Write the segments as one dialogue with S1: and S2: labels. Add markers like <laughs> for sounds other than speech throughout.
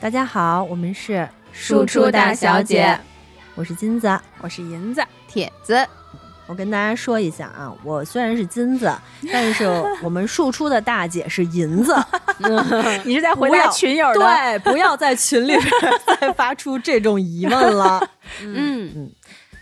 S1: 大家好，我们是
S2: 输出大小姐，
S1: 我是金子。
S2: 我是银子，
S3: 铁子，
S1: 我跟大家说一下啊，我虽然是金
S2: <laughs>
S1: 子，但是我们输出的大姐是银子。
S2: <laughs> 你是在回
S1: 不
S2: 答
S1: 要
S2: 群友的？，
S1: 对，不要在群里边儿再发出这种疑问
S2: <laughs>
S1: 了。
S3: 嗯，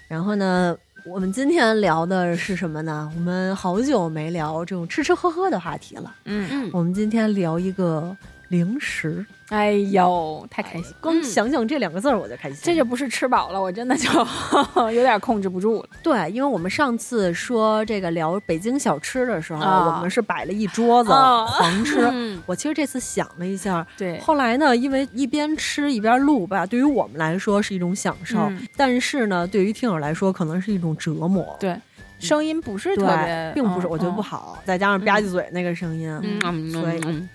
S1: 然后呢，我们今天聊的是什么呢？我们好久没聊这种吃吃喝喝的话题了。
S2: 嗯，
S3: 嗯，
S1: 我们今天聊一个零食，
S2: 哎嗯呦，太开心，
S1: 光想想这两个字儿我就开心。
S2: 这就不是吃饱了，我真的就 <laughs> 有点控制不住了。
S1: 对，因为我们上次说这个聊北京小吃的时候，
S2: 啊
S1: 我们是摆了一桌子、
S2: 啊
S1: 狂吃。
S3: 嗯
S1: <laughs> 我其实这次想了一下，
S2: 对
S1: 后来呢，因为一边吃一边录吧，对于我们来说是一种享受，
S2: 嗯
S1: 但是呢，对于听友来说可能是一种折磨。
S2: 对，声音不是特别
S1: 嗯
S2: 嗯
S1: 对，，并不是我觉得不
S2: 好，
S1: 好，再加上吧唧嘴那个声音，
S3: 嗯
S1: 所以
S2: <laughs>
S3: 嗯，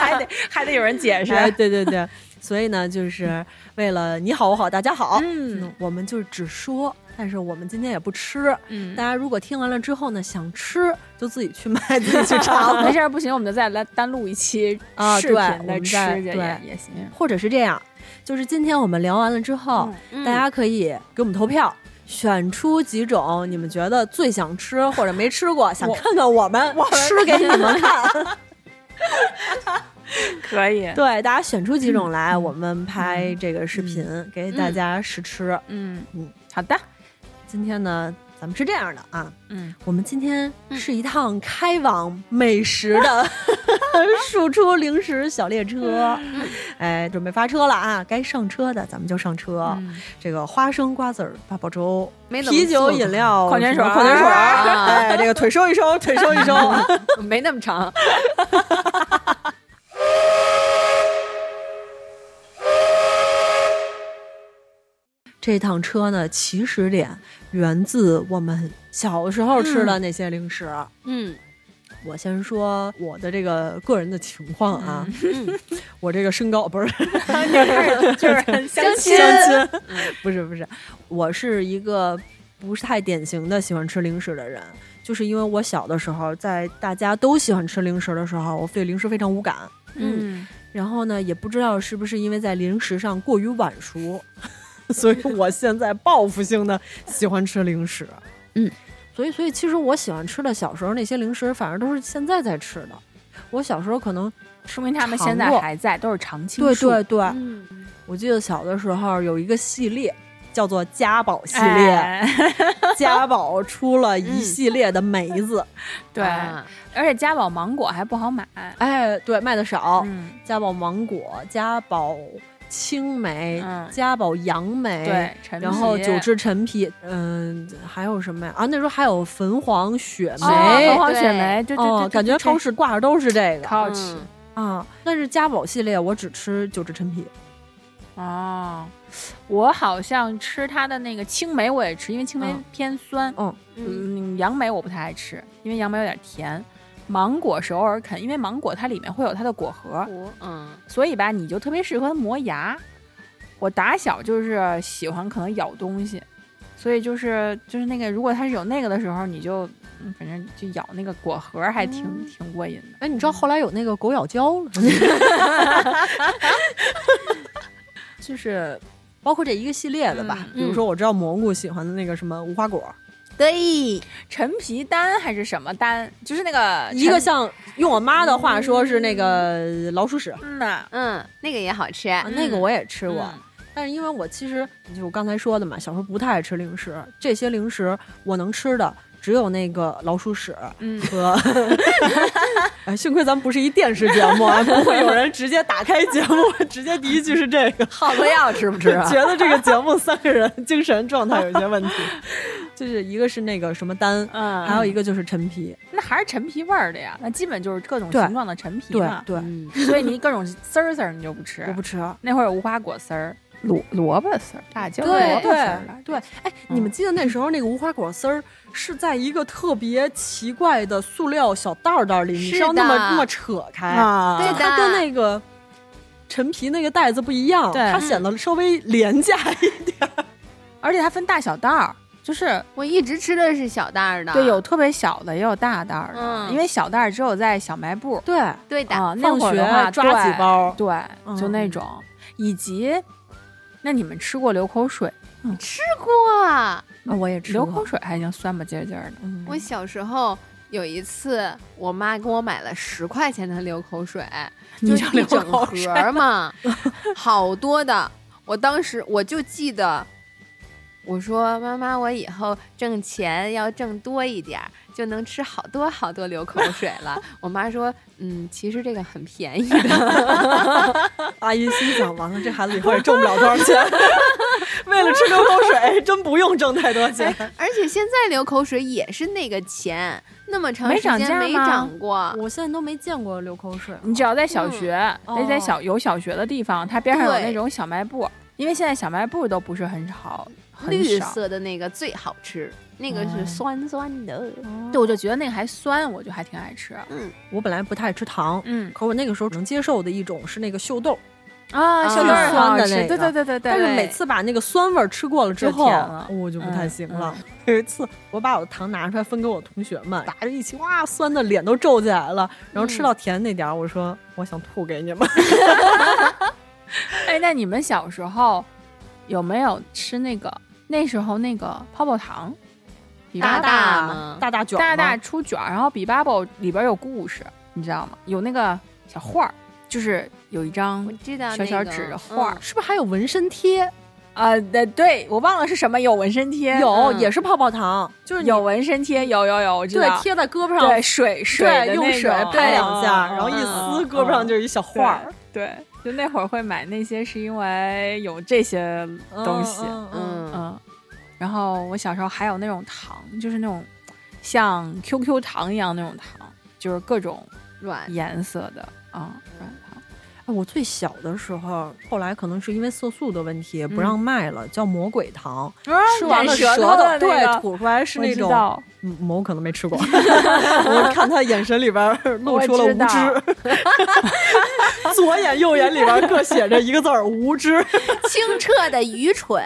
S2: 还得还得有人解释。
S1: 哎，对对对，所以呢，就是为了你好我好大家好，
S2: 嗯
S1: 我们就是只说，但是我们今天也不吃，
S2: 嗯
S1: 大，家如果听完了之后呢，想吃就自己去买，自己去 <laughs> 尝。
S2: 没事儿，不行，我们就再来单录一期
S1: 啊
S2: 视
S1: 对
S2: 频
S1: 我
S2: 的
S1: 们
S2: 吃
S1: 再
S2: 这也
S1: 对
S2: 也行。
S1: 或者是这样，就是今天我们聊完了之后，
S3: 嗯
S1: 大家可以给我们投票，选出几种你们觉得最想吃或者没吃过，想
S2: 我
S1: 看看我们吃给你们看。
S2: 可以，
S1: <laughs> 对，大家选出几种来，我们拍这个视频、给大家试吃。
S2: 嗯
S1: 嗯
S2: 嗯，好的，
S1: 今天呢，咱们是这样的啊，
S2: 嗯，
S1: 我们今天是一趟开往美食的输出零食小列车，哎，准备发车了啊！该上车的咱们就上车。
S2: 嗯
S1: 这个花生瓜子儿八宝粥、
S3: 没怎么
S1: 啤酒
S3: 做
S1: 饮料、
S2: 矿泉
S1: 什么
S2: 水儿
S1: 矿泉水儿，
S3: 啊
S1: 哎，这个腿收一收，腿收一收。嗯
S3: 没那
S1: <laughs>
S3: 么长，
S1: 这趟车呢，起始点源自我们小时候吃的那些零食。
S3: 嗯
S1: 我先说我的这个个人的情况啊，
S3: 嗯
S1: <laughs> 我这个身高不是
S2: 就是相亲，嗯
S1: 相亲， <laughs> 不是不是，我是一个不是太典型的喜欢吃零食的人，就是因为我小的时候，在大家都喜欢吃零食的时候，我对零食非常无感。
S2: 嗯，
S1: 然后呢，也不知道是不是因为在零食上过于晚熟， <laughs> 所以我现在报复性的喜欢吃零食。
S3: 嗯，
S1: 所以所以其实我喜欢吃的小时候那些零食，反而都是现在在吃的。我小时候可能
S2: 说明他们现
S1: 尝
S2: 在
S1: 过
S2: 还在，都是常青
S1: 对
S2: 树
S1: 对对，
S3: 嗯，
S1: 我记得小的时候有一个系列叫做家宝系列，
S2: 哎
S1: 家宝出了一
S3: 嗯
S1: 系列的梅子，
S2: 对，
S3: 啊
S2: 而且嘉宝芒果还不好买。
S1: 哎，对，卖的少，
S2: 嗯，
S1: 家宝芒果、家宝青梅、
S2: 嗯
S1: 家宝杨梅，
S2: 对，陈
S1: 哎然后
S2: 皮
S1: 九制陈皮，嗯，还有什么呀？啊，那时候还有汾黄雪
S2: 哦
S1: 梅。
S2: 凤凰
S3: 对
S2: 雪梅，对对
S1: 哦
S2: 对，，
S1: 感觉超市挂着都是这个
S2: 好好吃
S1: 啊！但是家宝系列我只吃九制陈皮，
S2: 哦。我好像吃它的那个青梅，我也吃，因为青梅
S1: 嗯
S2: 偏酸。
S1: 嗯，
S3: 嗯
S2: 嗯，杨梅我不太爱吃，因为杨梅有点甜。芒果是偶尔啃，因为芒果它里面会有它的果核，
S3: 嗯
S2: 所以吧，你就特别适合磨牙。我打小就是喜欢可能咬东西，所以就是就是那个，如果它是有那个的时候，你就、嗯、反正就咬那个果核，还挺、挺过瘾的。
S1: 哎，你知道后来有那个狗咬胶了，
S2: <laughs>
S1: 就是包括这一个系列的吧。
S2: 嗯
S1: 比如说，我知道蘑菇喜欢的那个什么无花果，
S3: 对，
S2: 陈皮丹还是什么丹？就是那个
S1: 一个
S2: 呃陈
S1: 像用我妈的话说是那个老鼠屎，
S2: 嗯呐，
S3: 嗯，那个也好 <laughs> 吃，
S1: 啊那个我也吃过。
S2: 嗯
S1: 但是因为我其实就我刚才说的嘛，小时候不太爱吃零食，这些零食我能吃的只有那个老鼠屎
S2: 嗯 <laughs>
S1: 和。哎，幸亏咱们不是一电视节目，啊，不会有人直接打开节目，直接第一句是这个。
S3: 耗子药吃不吃 <laughs> 啊？
S1: <laughs> 觉得这个节目三个人精神状态有些问题， <laughs> 就是一个是那个什么丹，
S2: 嗯，
S1: 还有一个就是陈皮。
S2: 那还是陈皮味儿的呀，那基本就是各种
S1: 对
S2: 形状的陈皮
S1: 对
S2: 嘛。
S1: 对，
S3: 嗯
S2: 所以你各种丝儿丝儿你就不吃
S1: 我，不吃。啊
S2: 那会儿有无花果丝儿、萝萝卜丝儿、辣椒萝
S1: 对
S2: 卜丝儿
S1: 对
S2: 了。
S1: 对，哎，你们记得那时候那个无花果丝儿是在一个特别奇怪的塑料小袋儿袋儿里，你
S3: 是
S1: 是嗯要那么
S3: 的
S1: 那么扯开，
S2: 啊
S1: 就
S3: 对
S1: 它
S3: 的
S1: 跟那个陈皮那个袋子不一样，
S2: 对
S1: 它显得稍微廉价一点。
S2: 而且它分大小袋儿，就是
S3: 我一直吃的是小袋儿的，
S2: 对，有特别小的，也有大袋儿的，
S3: 嗯
S2: 因为小袋儿只有在小卖部
S1: 对，
S3: 对的，
S2: 啊、那
S1: 放
S2: 会儿
S1: 学
S2: 的话
S1: 抓几，包，
S2: 对
S1: 嗯
S2: 对，就那种，以及，那你们吃过流口水？
S3: 哇！
S1: 啊我也吃
S2: 流
S1: 过
S2: 口水还行，酸不唧唧儿的。
S1: 嗯
S3: 我小时候有一次，我妈给我买了十块钱的流口水，就
S2: 你
S3: 是
S2: 叫
S3: 一
S2: 流
S3: 整
S2: 口水
S3: 盒儿嘛， <laughs> 好多的。我当时我就记得，我说妈妈，我以后挣钱要挣多一点儿，就能吃好多好多流口水了。 <laughs> 我妈说，嗯，其实这个很便宜的。
S1: 阿姨心想，完了，这孩子以后也挣不了多少钱，为了吃流口水，真不用挣太多钱。
S3: 而且现在流口水也是那个钱，那么长
S2: 没
S3: 时
S2: 涨
S3: 间
S2: 价
S3: 没
S2: 吗
S3: 涨过。
S1: 我现在都没见过流口水，
S2: 你只要在小学，
S1: 嗯
S2: 得在小有小学的地方，它边上有
S3: 对
S2: 那种小卖部，哦因为现在小卖部都不是很好，很
S3: 绿
S2: 少。
S3: 色的那个最好吃，那个是
S2: 嗯
S3: 酸酸的。
S2: 对，我就觉得那个还酸，我就还挺爱吃。
S1: 我本来不太爱吃糖，
S2: 嗯
S1: 可我那个时候能接受的一种是那个秀豆，
S2: 啊，
S3: 啊
S2: 小豆儿
S1: 酸
S2: 好
S1: 的
S2: 吃
S1: 那
S2: 对
S1: 个
S2: 对对对对。
S1: 但是每次把那个酸味儿吃过了之后
S2: 就甜了，
S1: 我就不太行
S2: 嗯
S1: 了。有一次，我把我的糖拿出来分给我同学们，大家一起哇，酸的脸都皱起来了。然后吃到甜那点儿，我说我想吐给你们。
S2: 哎，那你们小时候有没有吃那个那时候那个泡泡糖？比
S3: 大
S2: 巴
S3: 大
S2: 爸
S3: 吗
S1: <laughs> 大大卷儿
S2: 大
S1: 吗，
S2: 大出卷儿，然后比巴宝里边有故事，你知道吗？有那个小画儿，就是有一张
S3: 我知道、那
S2: 小
S3: 个、
S2: 小纸的画儿
S3: 嗯
S1: 是不是还有纹身贴？
S2: 啊，对对，我忘了是什么，有纹身贴，
S1: 有，
S3: 嗯
S1: 也是泡泡糖，就是你
S2: 有纹身贴，有有有，我知
S1: 对
S2: 道，
S1: 贴在胳膊上
S2: 对水水的
S1: 对，用
S2: 那
S1: 水
S2: 种
S1: 拍两下，
S2: 对
S1: 然后一
S2: 嗯
S1: 撕，
S2: 嗯
S1: 胳膊上
S2: 嗯
S1: 就是一小
S2: 对
S1: 画儿
S2: 对，就那会儿会买那些，是因为有这些东西，
S1: 嗯嗯
S3: 嗯
S2: 嗯，然后我小时候还有那种糖，就是那种像 QQ 糖一样那种糖，就是各种
S3: 软 <laughs>
S2: 颜色的啊、软糖。
S1: 哎我最小的时候，后来可能是因为色素的问题不
S2: 嗯
S1: 让卖了，叫魔鬼糖，吃
S2: 吃
S1: 完
S2: 完
S1: 了
S2: 了
S1: 啊舌
S2: 嗯舌
S1: 头
S2: 的那
S1: 对
S2: 个
S1: 吐出来是
S2: 我
S1: 那
S2: 知
S1: 种，
S2: 道
S1: 嗯某可能没 <laughs> 吃过，我看他眼神里边儿露出了
S2: 我
S1: 无
S2: 知道
S1: 知， <laughs> 左眼右眼里边儿各写着一个字儿无 <laughs> 知。
S3: 清澈的愚蠢，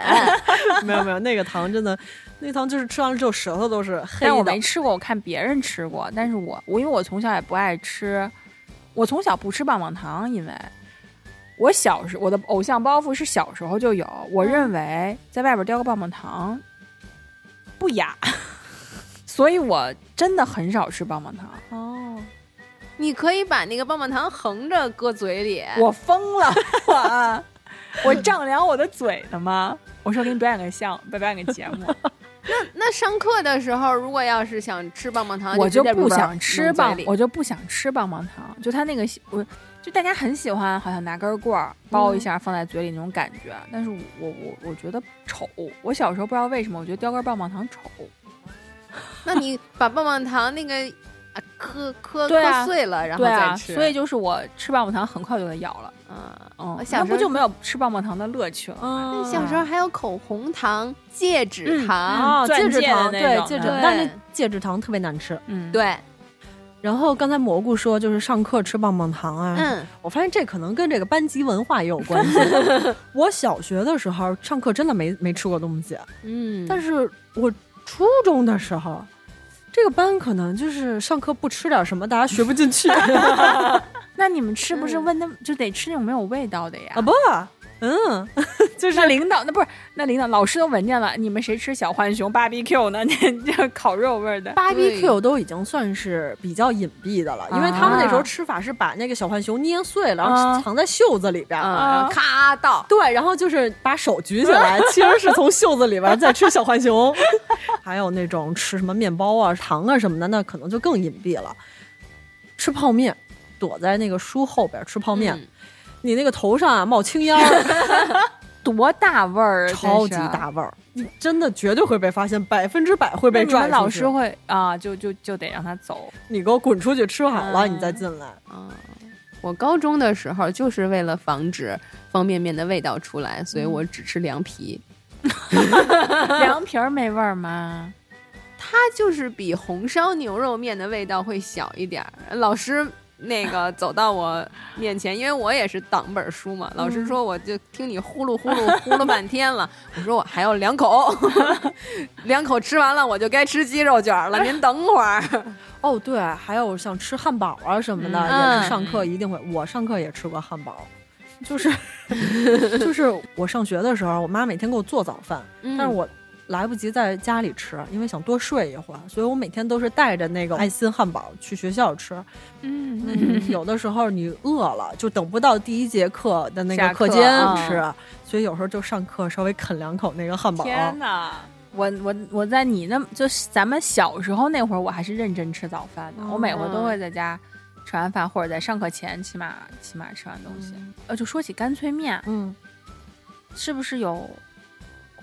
S1: 没有没有，那个糖真的，那糖就是吃完了之后舌头都是黑
S2: 但我
S1: 的
S2: 没。吃过，我看别人吃过，但是我我因为我从小也不爱吃，我从小不吃棒棒糖，因为我小时我的偶像包袱是小时候就有，我认为在外边叼个棒棒糖不雅， <laughs> 所以我真的很少吃棒棒糖，
S1: 哦，
S3: 你可以把那个棒棒糖横着搁嘴里。
S2: 我疯了，我啊我丈量我的嘴呢吗？我说给你表演个相，表演个节目，
S3: <laughs> 那上课的时候，如果要是想吃棒棒糖，
S2: 我
S3: 啊就
S2: 就
S3: 直接
S2: 不
S3: 啵啵
S2: 想吃
S3: 弄嘴
S2: 棒
S3: 里，
S2: 我就不想吃棒棒糖，就它那个喜我。就大家很喜欢，好像拿根棍儿包一下放在嘴里那种感觉，
S3: 嗯
S2: 但是我我我我觉得丑。我小时候不知道为什么，我觉得叼根棒棒糖丑。
S3: 那你把棒棒糖那个啊磕磕
S2: 对啊
S3: 磕碎了，然后
S2: 对啊，
S3: 再吃。
S2: 所以就是我吃棒棒糖很快就给咬了。
S3: 嗯，
S2: 嗯，
S3: 我小
S2: 那
S3: 时
S2: 不
S3: 候
S2: 就没有吃棒棒糖的乐趣了？
S1: 嗯
S3: 小时候还有口红糖、戒指
S2: 嗯
S3: 糖，
S1: 啊，戒
S2: 钻
S1: 指
S2: 戒的
S1: 糖
S2: 那
S1: 对
S2: 种
S1: 戒指
S2: 的
S1: 糖，
S3: 对
S1: 但是戒指糖特别难吃。
S2: 嗯，
S3: 对，
S1: 然后刚才蘑菇说，就是上课吃棒棒糖啊，
S3: 嗯，
S1: 我发现这可能跟这个班级文化也有关
S2: <laughs>
S1: 系。我小学的时候上课真的没没吃过东西，
S3: 嗯，
S1: 但是我初中的时候，这个班可能就是上课不吃点什么，大家学不
S2: <laughs>
S1: 进去啊
S2: 那你们吃不是
S3: 嗯
S2: 问那就得吃那种没有味道的呀？
S1: 不，嗯，
S2: 啊 <laughs> 就是领导那不是那领导老师都闻见了，你们谁吃小浣熊 BBQ 呢？ <laughs> 那这烤肉味儿的。
S1: b 比 Q 都已经算是比较隐蔽的了，因为他们那时候吃法是把那个小浣熊捏碎了，然后
S2: 啊
S1: 藏在袖子里边。
S3: 嗯，然后咔到，
S1: 对，然后就是把手举起来，其实是从袖子里边在吃小浣熊， <laughs> 还有那种吃什么面包啊、糖啊什么的，那可能就更隐蔽了。吃泡面，躲在那个书后边吃泡面，
S3: 嗯
S1: 你那个头上啊冒青烟
S2: <laughs>
S1: 儿，
S2: 多大味儿，啊
S1: 超级
S2: 真是。
S1: 大味儿，你真的绝对会被发现，百分之百会被
S2: 那你
S1: 拽
S2: 们
S1: 出
S2: 老
S1: 去
S2: 师会啊，就就就得让他 <laughs> 走。
S1: 你给我滚出去，吃好了、你再
S2: 嗯
S1: 进来。
S3: 啊，我高中的时候就是为了防止方便面的味道出来，所以我只吃凉皮。
S2: 凉皮儿没味儿吗？
S3: 它就是比红烧牛肉面的味道会小一点儿。老师那 <laughs> 个走到我面前，因为我也是挡本书嘛。老师说我就听你呼噜呼噜呼噜半天了，我说我还有两口， <laughs> 两口吃完了我就该吃鸡肉卷 <laughs> 了，您等会儿。
S1: 哦，对，还有像吃汉堡啊什么的，
S3: 嗯
S1: 也是上课一定会。我上课也吃过汉堡，就是
S2: <laughs>
S1: 就是我上学的时候，我妈每天给我做早饭，
S3: 嗯
S1: 但
S2: 嗯
S1: 是我来不及在家里吃，因为想多睡一会儿，所以我每天都是带着那个爱心汉堡去学校吃。
S2: 嗯，
S1: 有的时候你饿了，就等不到第一节课的那
S2: 下
S1: 个
S2: 课
S1: 课间
S2: 啊
S1: 吃，所以有时候就上课稍微啃两口那个汉堡。
S2: 天哪！我我我在你那，就是咱们小时候那会儿，我还是认真吃早饭的。我每回都会在家吃完饭，或者在上课前，起码起码吃完东西。呃，就说起干脆面，
S1: 嗯，
S2: 是不是有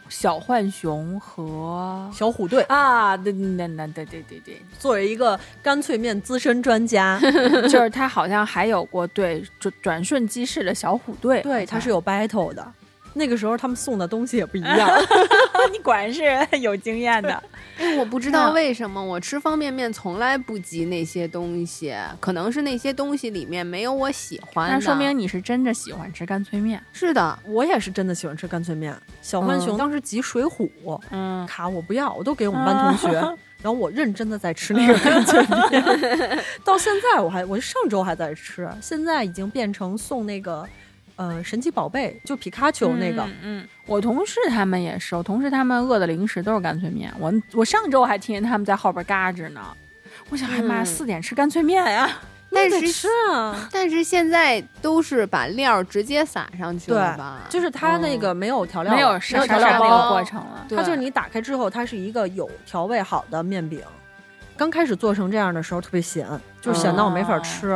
S2: 小浣熊和
S1: 小虎队
S2: 啊？对对对对对对对，
S1: 作为一个干脆面资深专家，
S2: <laughs> 就是他好像还有过对转转瞬即逝的小虎队，
S1: 对，他
S2: <laughs>
S1: 是
S2: 有。
S1: 有 battle 的。那个时候他们送的东西也不一
S2: <laughs>
S1: 样，
S2: 你果然是 <laughs> 有经验的。
S3: 因哎为我不知
S2: 那
S3: 道为什么我吃方便面从来不及那些东西，可能是那些东西里面没有我喜欢的。
S2: 那说明你是真的喜欢吃干脆面。
S3: 是的，
S1: 我也是真的喜欢吃干脆面。小浣熊
S2: 嗯
S1: 当时集水浒、
S2: 嗯，
S1: 卡我不要，我都给我们班
S2: 啊
S1: 同学，
S2: <laughs>
S1: 然后我认真的在吃那个干脆
S2: 嗯
S1: 面， <laughs> 到现在我还我上周还在吃，现在已经变成送那个呃神奇宝贝，就皮卡丘那个，
S2: 嗯，嗯我同事他们也是，我同事他们饿的零食都是干脆面。我我上周还听见他们在后边嘎吱呢，我想，哎妈，
S3: 嗯
S2: 四点吃干脆面呀、
S1: 那
S3: 但
S1: 得
S3: 是
S1: 吃啊，
S3: 但是现在都是把料直接撒上去了
S1: 对
S3: 吧？
S1: 就是它那个没有调料，
S2: 哦没有
S1: 没
S2: 沙
S1: 有
S2: 沙
S1: 调
S2: 沙
S1: 料
S2: 那个
S1: 包，
S2: 过程了。
S3: 对
S1: 它就是你打开之后，它是一个有调味好的面饼。刚开始做成这样的时候特别咸，就是咸到我没法吃。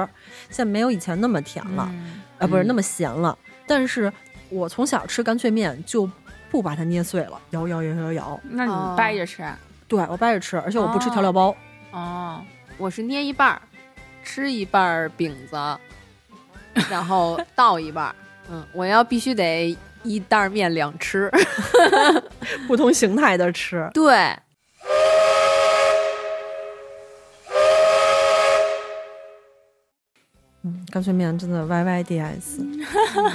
S1: 现在没有以前那么甜了，
S2: 哦嗯
S1: 啊，不是
S3: 嗯
S1: 那么咸了。但是我从小吃干脆面就不把它捏碎了，摇摇摇摇摇，
S2: 那你掰着吃啊？
S1: 对我掰着吃，而且我不吃调料包。
S2: 哦，
S3: 我是捏一半儿，吃一半儿饼子，然后
S1: <laughs>
S3: 倒一半儿。嗯，我要必须得一袋儿面两吃。 <laughs>
S1: 不同形态的吃。
S3: 对，
S1: 干脆面真的 Y Y D
S2: <laughs>
S1: S。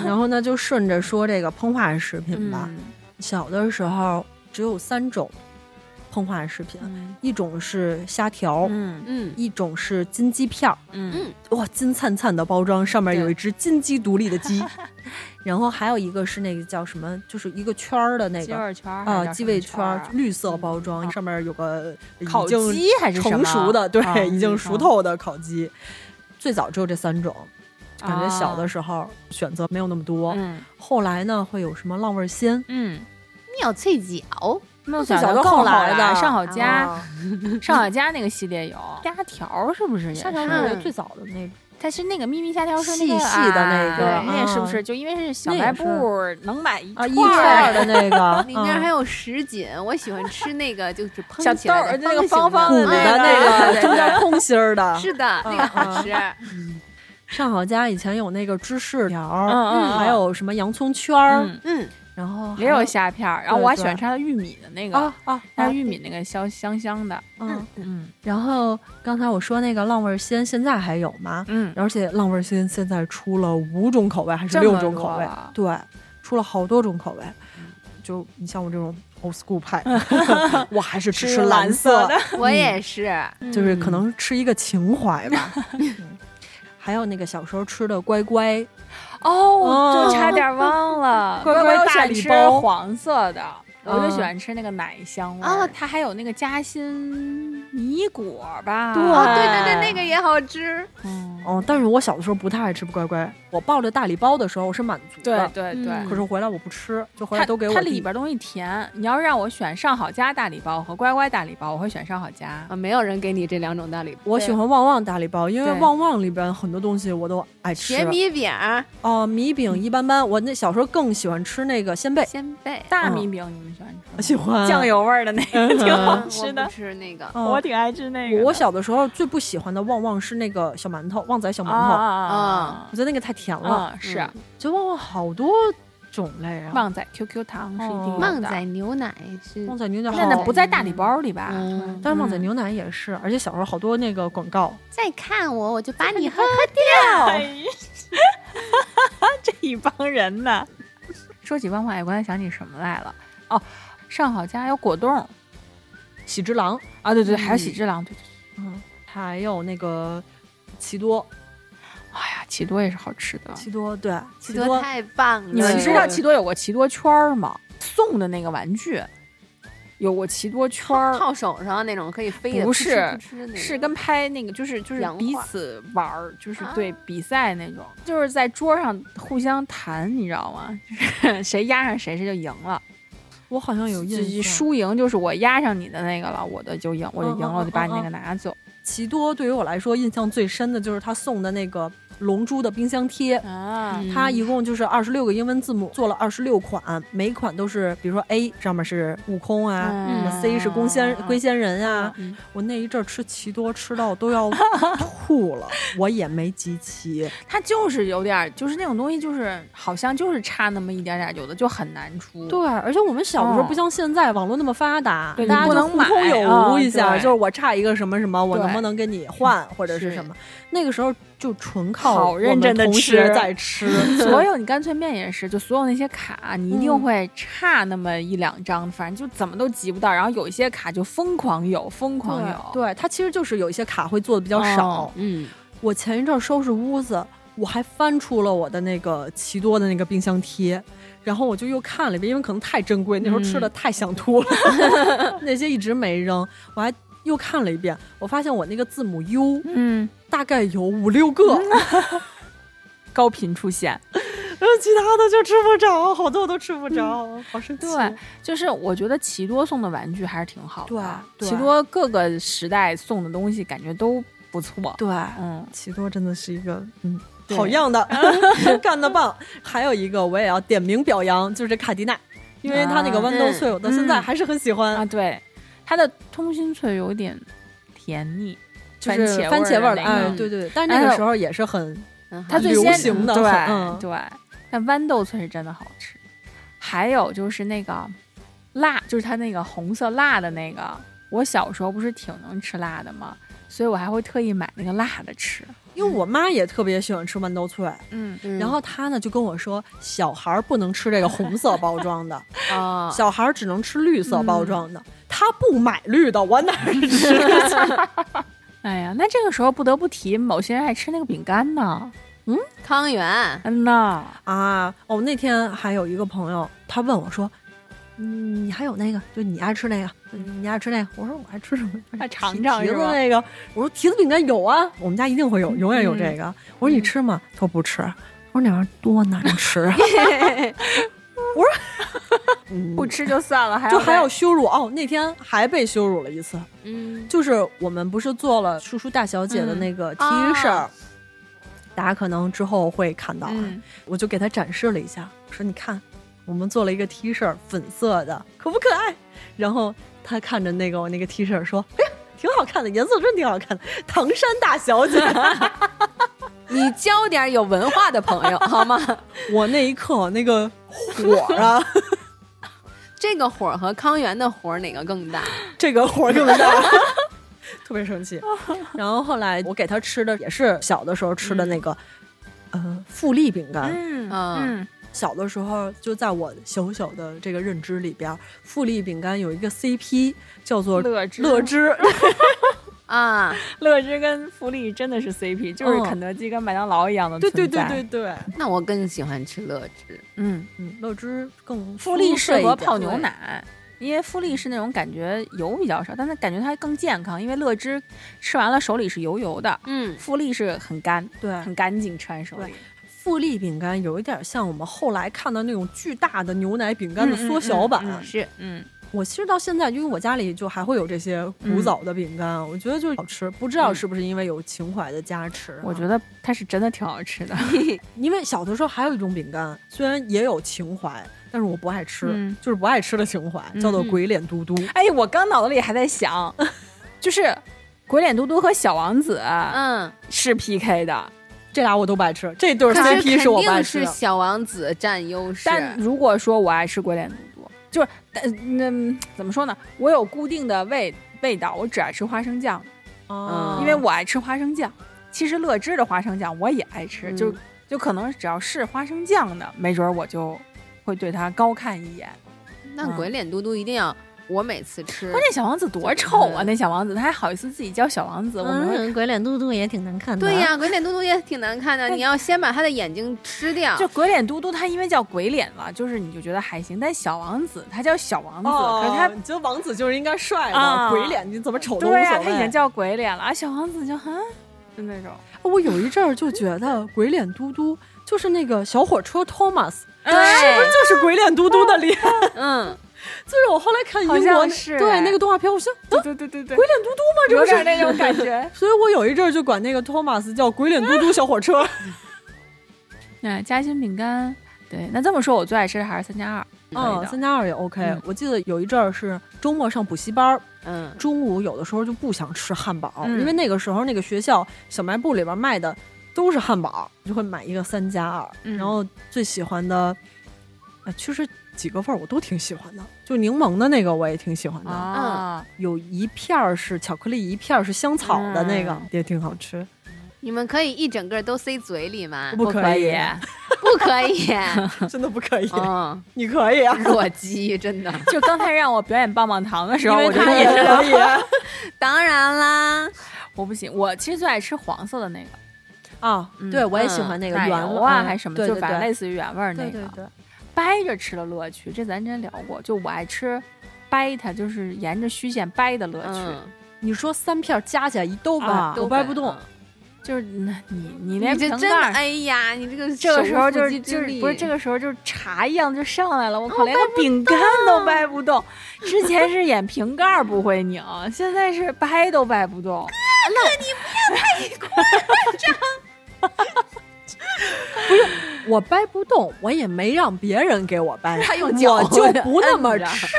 S1: 然后呢，就顺着说这个膨化食品吧。
S2: 嗯
S1: 小的时候只有三种膨化食品，
S2: 嗯
S1: 一种是虾条，
S2: 嗯
S3: 嗯，
S1: 一种是金鸡票，
S2: 嗯
S1: 哇，金灿灿的包装，上面有一只金鸡独立的鸡。
S2: <laughs>
S1: 然后还有一个是那个叫什么，就是一个圈儿的那
S2: 嗯哦鸡
S1: 个
S2: 味圈儿还
S1: 啊
S2: 是叫什么
S1: 鸡尾
S2: 圈
S1: 圈
S2: 儿
S1: 儿
S2: 啊，
S1: 绿色包
S2: 嗯
S1: 装，
S2: 啊
S1: 上面有个已
S2: 烤
S1: 经
S2: 鸡还是什么
S1: 成熟的，对，
S2: 啊
S1: 已经熟透的烤鸡。最早只有这三种，
S2: 嗯
S1: 感觉小的
S2: 时
S1: 时候选择没有那么
S2: 候
S1: 多。
S2: 哦嗯
S1: 后来呢，会有什么浪味鲜，
S2: 嗯。
S3: 妙脆角，
S2: 那
S1: 最
S2: 小
S1: 早
S2: 的
S1: 就
S2: 更
S1: 后
S2: 来
S1: 来的
S2: 上好佳，
S1: 啊
S2: 上好佳那个系列有虾条，是不是也
S1: 夏
S2: 是？
S1: 条
S3: 是
S1: 是最早的那种，
S2: 它是那个咪咪虾条是那
S1: 细
S2: 个
S1: 细的那个
S2: 啊对那
S1: 啊
S2: 是不是就因为是小
S1: 那也
S2: 卖部能买一
S1: 啊，一
S2: 串
S1: 块
S2: 儿
S1: 儿的那
S2: <laughs>
S1: 个，
S3: 里面
S1: 嗯
S3: 还有什锦，我喜欢吃那个就是
S2: 小
S3: 蓬起
S2: 豆
S3: 来
S2: 儿
S3: 的
S2: 那个方
S3: 方
S2: 方
S1: 鼓
S3: 形
S1: 的那个中间空心儿的，
S3: 是的，那个好吃。
S1: 上好佳以前有那个芝士条儿，
S2: 嗯嗯嗯
S1: 还有什么洋葱圈儿，
S2: 嗯，
S3: 嗯，
S1: 然后还
S2: 也有虾片儿，然后我还
S1: 对
S2: 喜
S1: 对
S2: 欢吃它的玉米的那个
S1: 啊，啊，
S2: 它玉米那个香香香的，
S1: 嗯。
S2: 嗯
S1: 然后刚才我说那个浪味儿鲜，现在还有吗？
S2: 嗯，
S1: 而且浪味儿鲜现在出了五种口味还是
S2: 这么
S1: 六种口
S2: 多啊
S1: 味
S2: 了？
S1: 对，出了好多种口味。就你像我这种 old school
S2: <laughs>
S1: 派，我还是只
S2: 吃蓝
S1: 蓝
S2: 色的嗯
S3: 我也是。
S1: 就是可能吃一个情怀
S2: <laughs>
S1: 吧。嗯还有那个小时候吃的乖乖，
S2: 哦，
S1: 哦
S2: 就差点忘
S1: <laughs>
S2: 了，
S1: 乖
S2: 乖
S1: 乖
S2: 我
S1: 大
S2: 喜欢
S1: 礼
S2: 吃
S1: 包
S2: 黄色的，我就喜
S1: 嗯哦
S2: 欢吃那个奶香味儿
S3: 啊
S2: 它还有那个夹心米果吧？
S1: 对
S3: 哦，
S1: 哦
S3: 对对对，那个也好吃。
S2: 嗯
S1: 哦，但是我小的时候不太爱吃乖乖，我抱着大礼包的时候我是满足
S2: 对
S1: 的，
S2: 对对，
S3: 嗯
S1: 可是回来我不吃，就回
S2: 它
S1: 来都给我
S2: 它
S1: 弟
S2: 里边东西甜，你要让我选上好佳大礼包和乖乖大礼包，我会选上好佳。
S3: 啊，没有人给你这两种大礼包。
S1: 我喜欢旺旺大礼包，因为
S2: 对
S1: 旺旺里边很多东西我都爱吃。
S3: 甜米饼、
S1: 哦、米饼一般般，我那小时候更喜欢吃那个鲜贝，
S3: 鲜贝，
S2: 大米饼你们喜欢吃吗？
S1: 喜欢
S2: 酱。油味儿的那个挺好
S3: 嗯
S2: 吃
S3: 我
S2: 的
S3: 不，吃那个。
S1: 哦
S2: 我挺爱吃那个的。
S1: 我小的时候最不喜欢的旺旺是那个小馒头，旺仔小馒头，
S2: 啊
S1: 我觉得那个太甜了。
S2: 啊是
S3: 嗯
S1: 觉得旺旺好多种类啊？
S2: 旺仔 QQ 糖是一定有
S1: 哦
S2: 的
S3: 旺仔牛奶是
S1: 旺仔牛奶
S2: 现在
S1: 好
S2: 不在大礼包里吧？
S3: 嗯
S1: 但是旺仔
S2: 嗯
S1: 牛奶也是，而且小时候好多那个广告，
S3: 再看我我就把你喝掉。
S2: 哎这一帮人呢。说起旺旺，我刚才想起什么来了？哦，上好佳有果冻
S1: 喜之郎，
S2: 啊，对对，还有
S3: 嗯
S2: 喜之郎，对对对。
S1: 嗯，还有那个奇多，
S2: 哎呀，奇多也是好吃的。
S1: 奇多对，奇
S3: 奇多太棒了！
S2: 你们知道奇
S3: 奇
S2: 多有个奇多圈儿吗？送的那个玩具有个奇多圈儿，
S3: 套手上那种可以飞的，
S2: 不是
S3: 噗嗤噗嗤的那种
S2: 是跟拍那个，就是就是
S3: 洋
S2: 彼
S3: 画
S2: 此玩儿，就是
S3: 啊
S2: 对比赛那种，就是在桌上互相弹，你知道吗？ <laughs> 就是谁压上谁谁就赢了，
S1: 我好像有
S2: 就
S1: 印象。
S2: 是输赢就是我压上你的那个了，我的就赢，我就赢了，
S1: 嗯嗯
S2: 我就把你
S1: 嗯
S2: 那
S1: 嗯
S2: 个拿走。
S1: 奇多对于我来说印象最深的就是他送的那个龙珠的冰箱贴。
S2: 啊
S3: 嗯
S1: 它一共就是二十六个英文字母，做了二十六款，每一款都是，比如说 A 上面是悟空啊，什么 C 是龟仙龟仙人啊。
S2: 嗯
S1: 我那一阵儿吃奇多吃到都要吐了，我也没集齐。
S2: 嗯它就是有点儿，就是那种东西，就是好像就是差那么一点点儿，有的就很难出。
S1: 对，而且我们小的时候
S2: 哦
S1: 不像现在网络那么发达，
S2: 对
S1: 大
S2: 你
S1: 家
S2: 不
S1: 就
S2: 能
S1: 互
S2: 买
S1: 通有
S2: 啊
S1: 无一下，
S2: 对
S1: 就是我差一个什么什么，我
S2: 对嗯
S1: 能不能跟你换或者是
S2: 是
S1: 什么？那个时候就纯靠
S2: 好
S1: 我
S2: 认
S1: 们
S2: 真地
S1: 同学
S2: 吃嗯
S1: 在吃， <laughs>
S2: 所有你干脆面也是，就所有那些卡，你一定
S1: 嗯
S2: 会差那么一两张，反正就怎么都集不到。然后有一些卡就疯狂有，疯狂有。
S1: 对，对，它其实就是有一些卡会做的比较少
S2: 哦。
S3: 嗯，
S1: 我前一阵儿收拾屋子，我还翻出了我的那个奇多的那个冰箱贴，然后我就又看了一遍，因为可能太珍贵，那时候
S2: 嗯
S1: 吃的太想吐了， <laughs> 那些一直没扔，我还又看了一遍，我发现我那个字母 U
S2: 嗯，
S1: 大概有五六个，
S2: 高频出现。
S1: 然后其他的就吃不着，好多都吃不着，好生气。
S2: 对，就是我觉得奇多送的玩具还是挺好的。
S1: 对对
S2: 奇多各个时代送的东西感觉都不错。
S1: 对，
S2: 嗯，
S1: 奇多真的是一个嗯。
S2: 对
S1: 好样的， <laughs> 干得棒！还有一个我也要点名表扬，就是这卡迪娜，因为她那个
S2: 啊
S1: 豌豆碎，我到现在
S2: 嗯
S1: 还是很喜欢。
S2: 啊，对，它的通心脆有点甜腻，
S1: 就是
S2: 番茄
S1: 番茄味儿
S2: 的
S1: 的，
S2: 那
S1: 哎嗯
S2: 个，
S1: 对对对，但是那
S2: 哎
S1: 个
S2: 呦
S1: 时候也是很
S3: 很好
S2: 它最
S1: 流
S2: 先
S1: 行的
S2: 对、
S1: 嗯
S2: 对。但豌豆脆是真的好吃，还有就是那个辣，就是它那个红色辣的那个。我小时候不是挺能吃辣的吗？所以我还会特意买那个辣的吃。
S1: 因为我妈也特别喜欢吃豌豆脆，
S2: 嗯，
S3: 嗯
S1: 然后她呢就跟我说，小孩儿不能吃这个红色包装 <laughs> 的，
S3: 啊，
S1: 小孩儿只能吃绿色包装的。她不买绿的，我哪儿吃？
S2: 哎呀，那这个时候不得不提，某些人爱吃那个饼干呢。
S3: 汤圆，
S2: 嗯呐，
S1: 啊！哦，那天还有一个朋友，他问我说。嗯你还有那个，就你爱吃那个，你爱吃那个。我说我爱吃什么？
S2: 那尝尝
S1: 提
S2: 是
S1: 子
S2: 吧？
S1: 那个。我说提子饼干有啊，我们家一定会
S2: <laughs>
S1: 有，永远有这个。我说你吃吗？他说不吃。我说那玩意儿多难吃啊！ <laughs> 嗯
S2: <laughs> 不吃就啊算了，还
S1: 就还
S2: 要
S1: 要羞辱哦！那天还被羞辱了一次，
S3: 嗯，
S1: 就是我们不是做了叔叔大小姐的那个 T 恤儿，
S3: 啊
S1: 大家可能之后会看到
S2: 再
S1: 啊。
S2: 嗯，
S1: 我就给他展示了一下，说你看，我们做了一个 T 恤儿，粉色的，可不可爱？然后他看着那个我那个 T 恤儿说，哎呀，挺好看的，颜色真挺好看的，唐山大小姐。
S3: 你交点有文化的朋友 <laughs> 好吗？
S1: 我那一刻那个火啊，
S3: 这个火儿和康源的火儿哪个更大？
S1: 这个火更大，特别生气。然后后来我给他吃的也是小的时候吃的那个，呃，富丽饼干。
S2: 嗯
S3: 嗯
S1: 小的时候就在我小小的这个认知里边，富丽饼干有一个 CP 叫做
S2: 乐之
S1: 乐之，
S3: 啊，
S2: 乐之跟福利真的是 CP，就是肯德基跟麦当劳一样的
S1: 对
S2: 存在。
S1: 对对对对，
S3: 那我更喜欢吃乐之。
S2: 嗯，
S1: 嗯，乐之更
S2: 富力适合泡
S1: 牛。
S2: 牛奶，因为富力是那种感觉油比较少，但是感觉它更健康，因为乐之吃完了手里是油油的，
S3: 嗯，
S2: 富力是很干，
S1: 对
S2: 很干净，吃完手里。
S1: 富丽饼干有一点像我们后来看到那种巨大的牛奶饼干的缩小版，
S2: 嗯嗯嗯嗯
S3: 是
S2: 嗯，
S1: 我其实到现在，因为我家里就还会有这些古早的饼干，我觉得就是好吃。不知道是不是因为有情怀的加持啊、
S2: 嗯我觉得它是真的挺好吃的。 <laughs>
S1: 因为小的时候还有一种饼干，虽然也有情怀，但是我不爱吃，
S2: 嗯
S1: 就是不爱吃的情怀，
S2: 嗯
S1: 叫做鬼脸嘟嘟。
S2: 哎，我刚脑子里还在想，就是鬼脸嘟嘟和小王子
S3: 嗯，
S2: 是 PK 的。
S1: 这俩我都不爱吃，这对儿
S3: 可是
S1: CP 是我不
S3: 肯
S1: 爱
S3: 定
S1: 吃的。
S3: 是小王子占优势，
S2: 但如果说我爱吃鬼脸肚肚，就是但那、嗯怎么说呢？我有固定的味味道，我只爱吃花生酱，
S1: 哦
S2: 因为我爱吃花生酱。其实乐之的花生酱我也爱吃，就
S3: 嗯
S2: 就可能只要是花生酱的，没准儿我就会对它高看一眼。
S3: 那
S2: 嗯
S3: 鬼脸嘟嘟一定要我每次吃
S2: 关，键小王子多丑啊！
S3: 嗯
S2: 那小王子他还好意思自己叫小王子，我们
S4: 嗯，鬼脸嘟嘟也挺难看的。
S3: 对呀、鬼脸嘟嘟也挺难看的，
S2: 但
S3: 你要先把他的眼睛吃掉，
S2: 就鬼脸嘟嘟，他因为叫鬼脸了，就是你就觉得还行。但小王子他叫小王子，可是他
S1: 你觉得王子就是应该帅的，
S2: 哦啊
S1: 鬼脸你怎么丑都无所
S2: 对
S1: 谓。
S2: 呀、他已经叫鬼脸了，啊，小王子就嗯，就那种。
S1: 我有一阵儿
S2: <laughs>
S1: 就觉得鬼脸嘟嘟就是那个小火车 Thomas，
S2: 对
S1: 是哎不是就是鬼脸嘟嘟的脸？
S3: 哎嗯，
S1: 就是我后来看英
S2: 好
S1: 国
S2: 像
S1: 那
S2: 是
S1: 对
S2: 哎
S1: 那个动画片，我想
S2: 对对对对对，
S1: 鬼脸嘟嘟吗？这
S2: 有
S1: 不是
S2: 点那种感 <laughs> 觉。
S1: 所以我有一阵儿就管那个托马斯叫“鬼脸嘟嘟小火
S2: <laughs>
S1: 车
S2: 哎，夹心饼干，对，那这么说，我最爱吃的还是三加二。”，可以
S1: 嗯，
S2: 的
S1: 三加二也 OK、
S2: 嗯
S1: 我记得有一阵儿是周末上补习班儿，
S3: 嗯，
S1: 中午有的时候就不想吃汉堡，
S2: 嗯
S1: 因为那个时候那个学校小卖部里边卖的都是汉堡，就会买一个三加二。
S2: 嗯
S1: 然后最喜欢的，呃，其实几个味儿我都挺喜欢的，就柠檬的那个我也挺喜欢的，
S2: 啊，
S1: 有一片儿是巧克力，一片儿是香草的那个、
S2: 嗯
S1: 也挺好
S2: <laughs>
S1: 吃。
S3: 你们可以一整个都塞嘴里吗？
S1: 不可
S2: 可
S1: 以
S2: 以， <laughs>
S3: 不可以，
S1: 真的不可以，
S2: 啊
S3: 嗯，
S1: 你可以啊，
S3: 弱鸡真的。
S2: 就刚才让我表演棒棒糖的时候，
S1: 因
S2: 我
S1: 为
S2: 就
S1: 他也
S2: 说
S1: 可以。
S3: 当然啦，
S2: 我不行，我其实最爱吃黄色的那个
S1: 啊，
S2: 嗯
S1: 对我也喜欢那个
S2: 奶
S1: 原
S2: 油啊，
S1: 嗯
S2: 还是什么，
S1: 对
S2: 就
S1: 对
S2: 反正
S1: 对
S2: 类似于原味儿那
S1: 对
S2: 个。
S1: 对对，
S2: 掰着吃的乐趣，这咱真聊过。就我爱吃掰它，就是沿着虚线掰的乐趣。
S3: 嗯，
S1: 你说三片加起来一豆
S2: 啊
S1: 瓣，
S3: 都
S1: 我掰不动
S3: 嗯。。
S2: 就是嗯你你
S3: 你
S2: 连
S3: 这
S2: 瓶
S3: 真
S2: 盖
S3: 的，
S2: 儿，
S3: 哎呀，你这个
S2: 这个时候
S3: 手无
S2: 就
S3: 缚
S2: 是
S3: 鸡
S2: 就
S3: 之力
S2: 是不是这个时候就是茶一样就上来
S1: 哦
S2: 了，我靠，连个饼干都掰不动。之前是演瓶盖儿不会拧，现在是掰都掰不动。
S1: 我掰不动，我也没让别人给我
S2: <laughs>
S1: 掰，
S3: 他用脚
S1: 我就不那么
S2: 摁着
S1: 吃。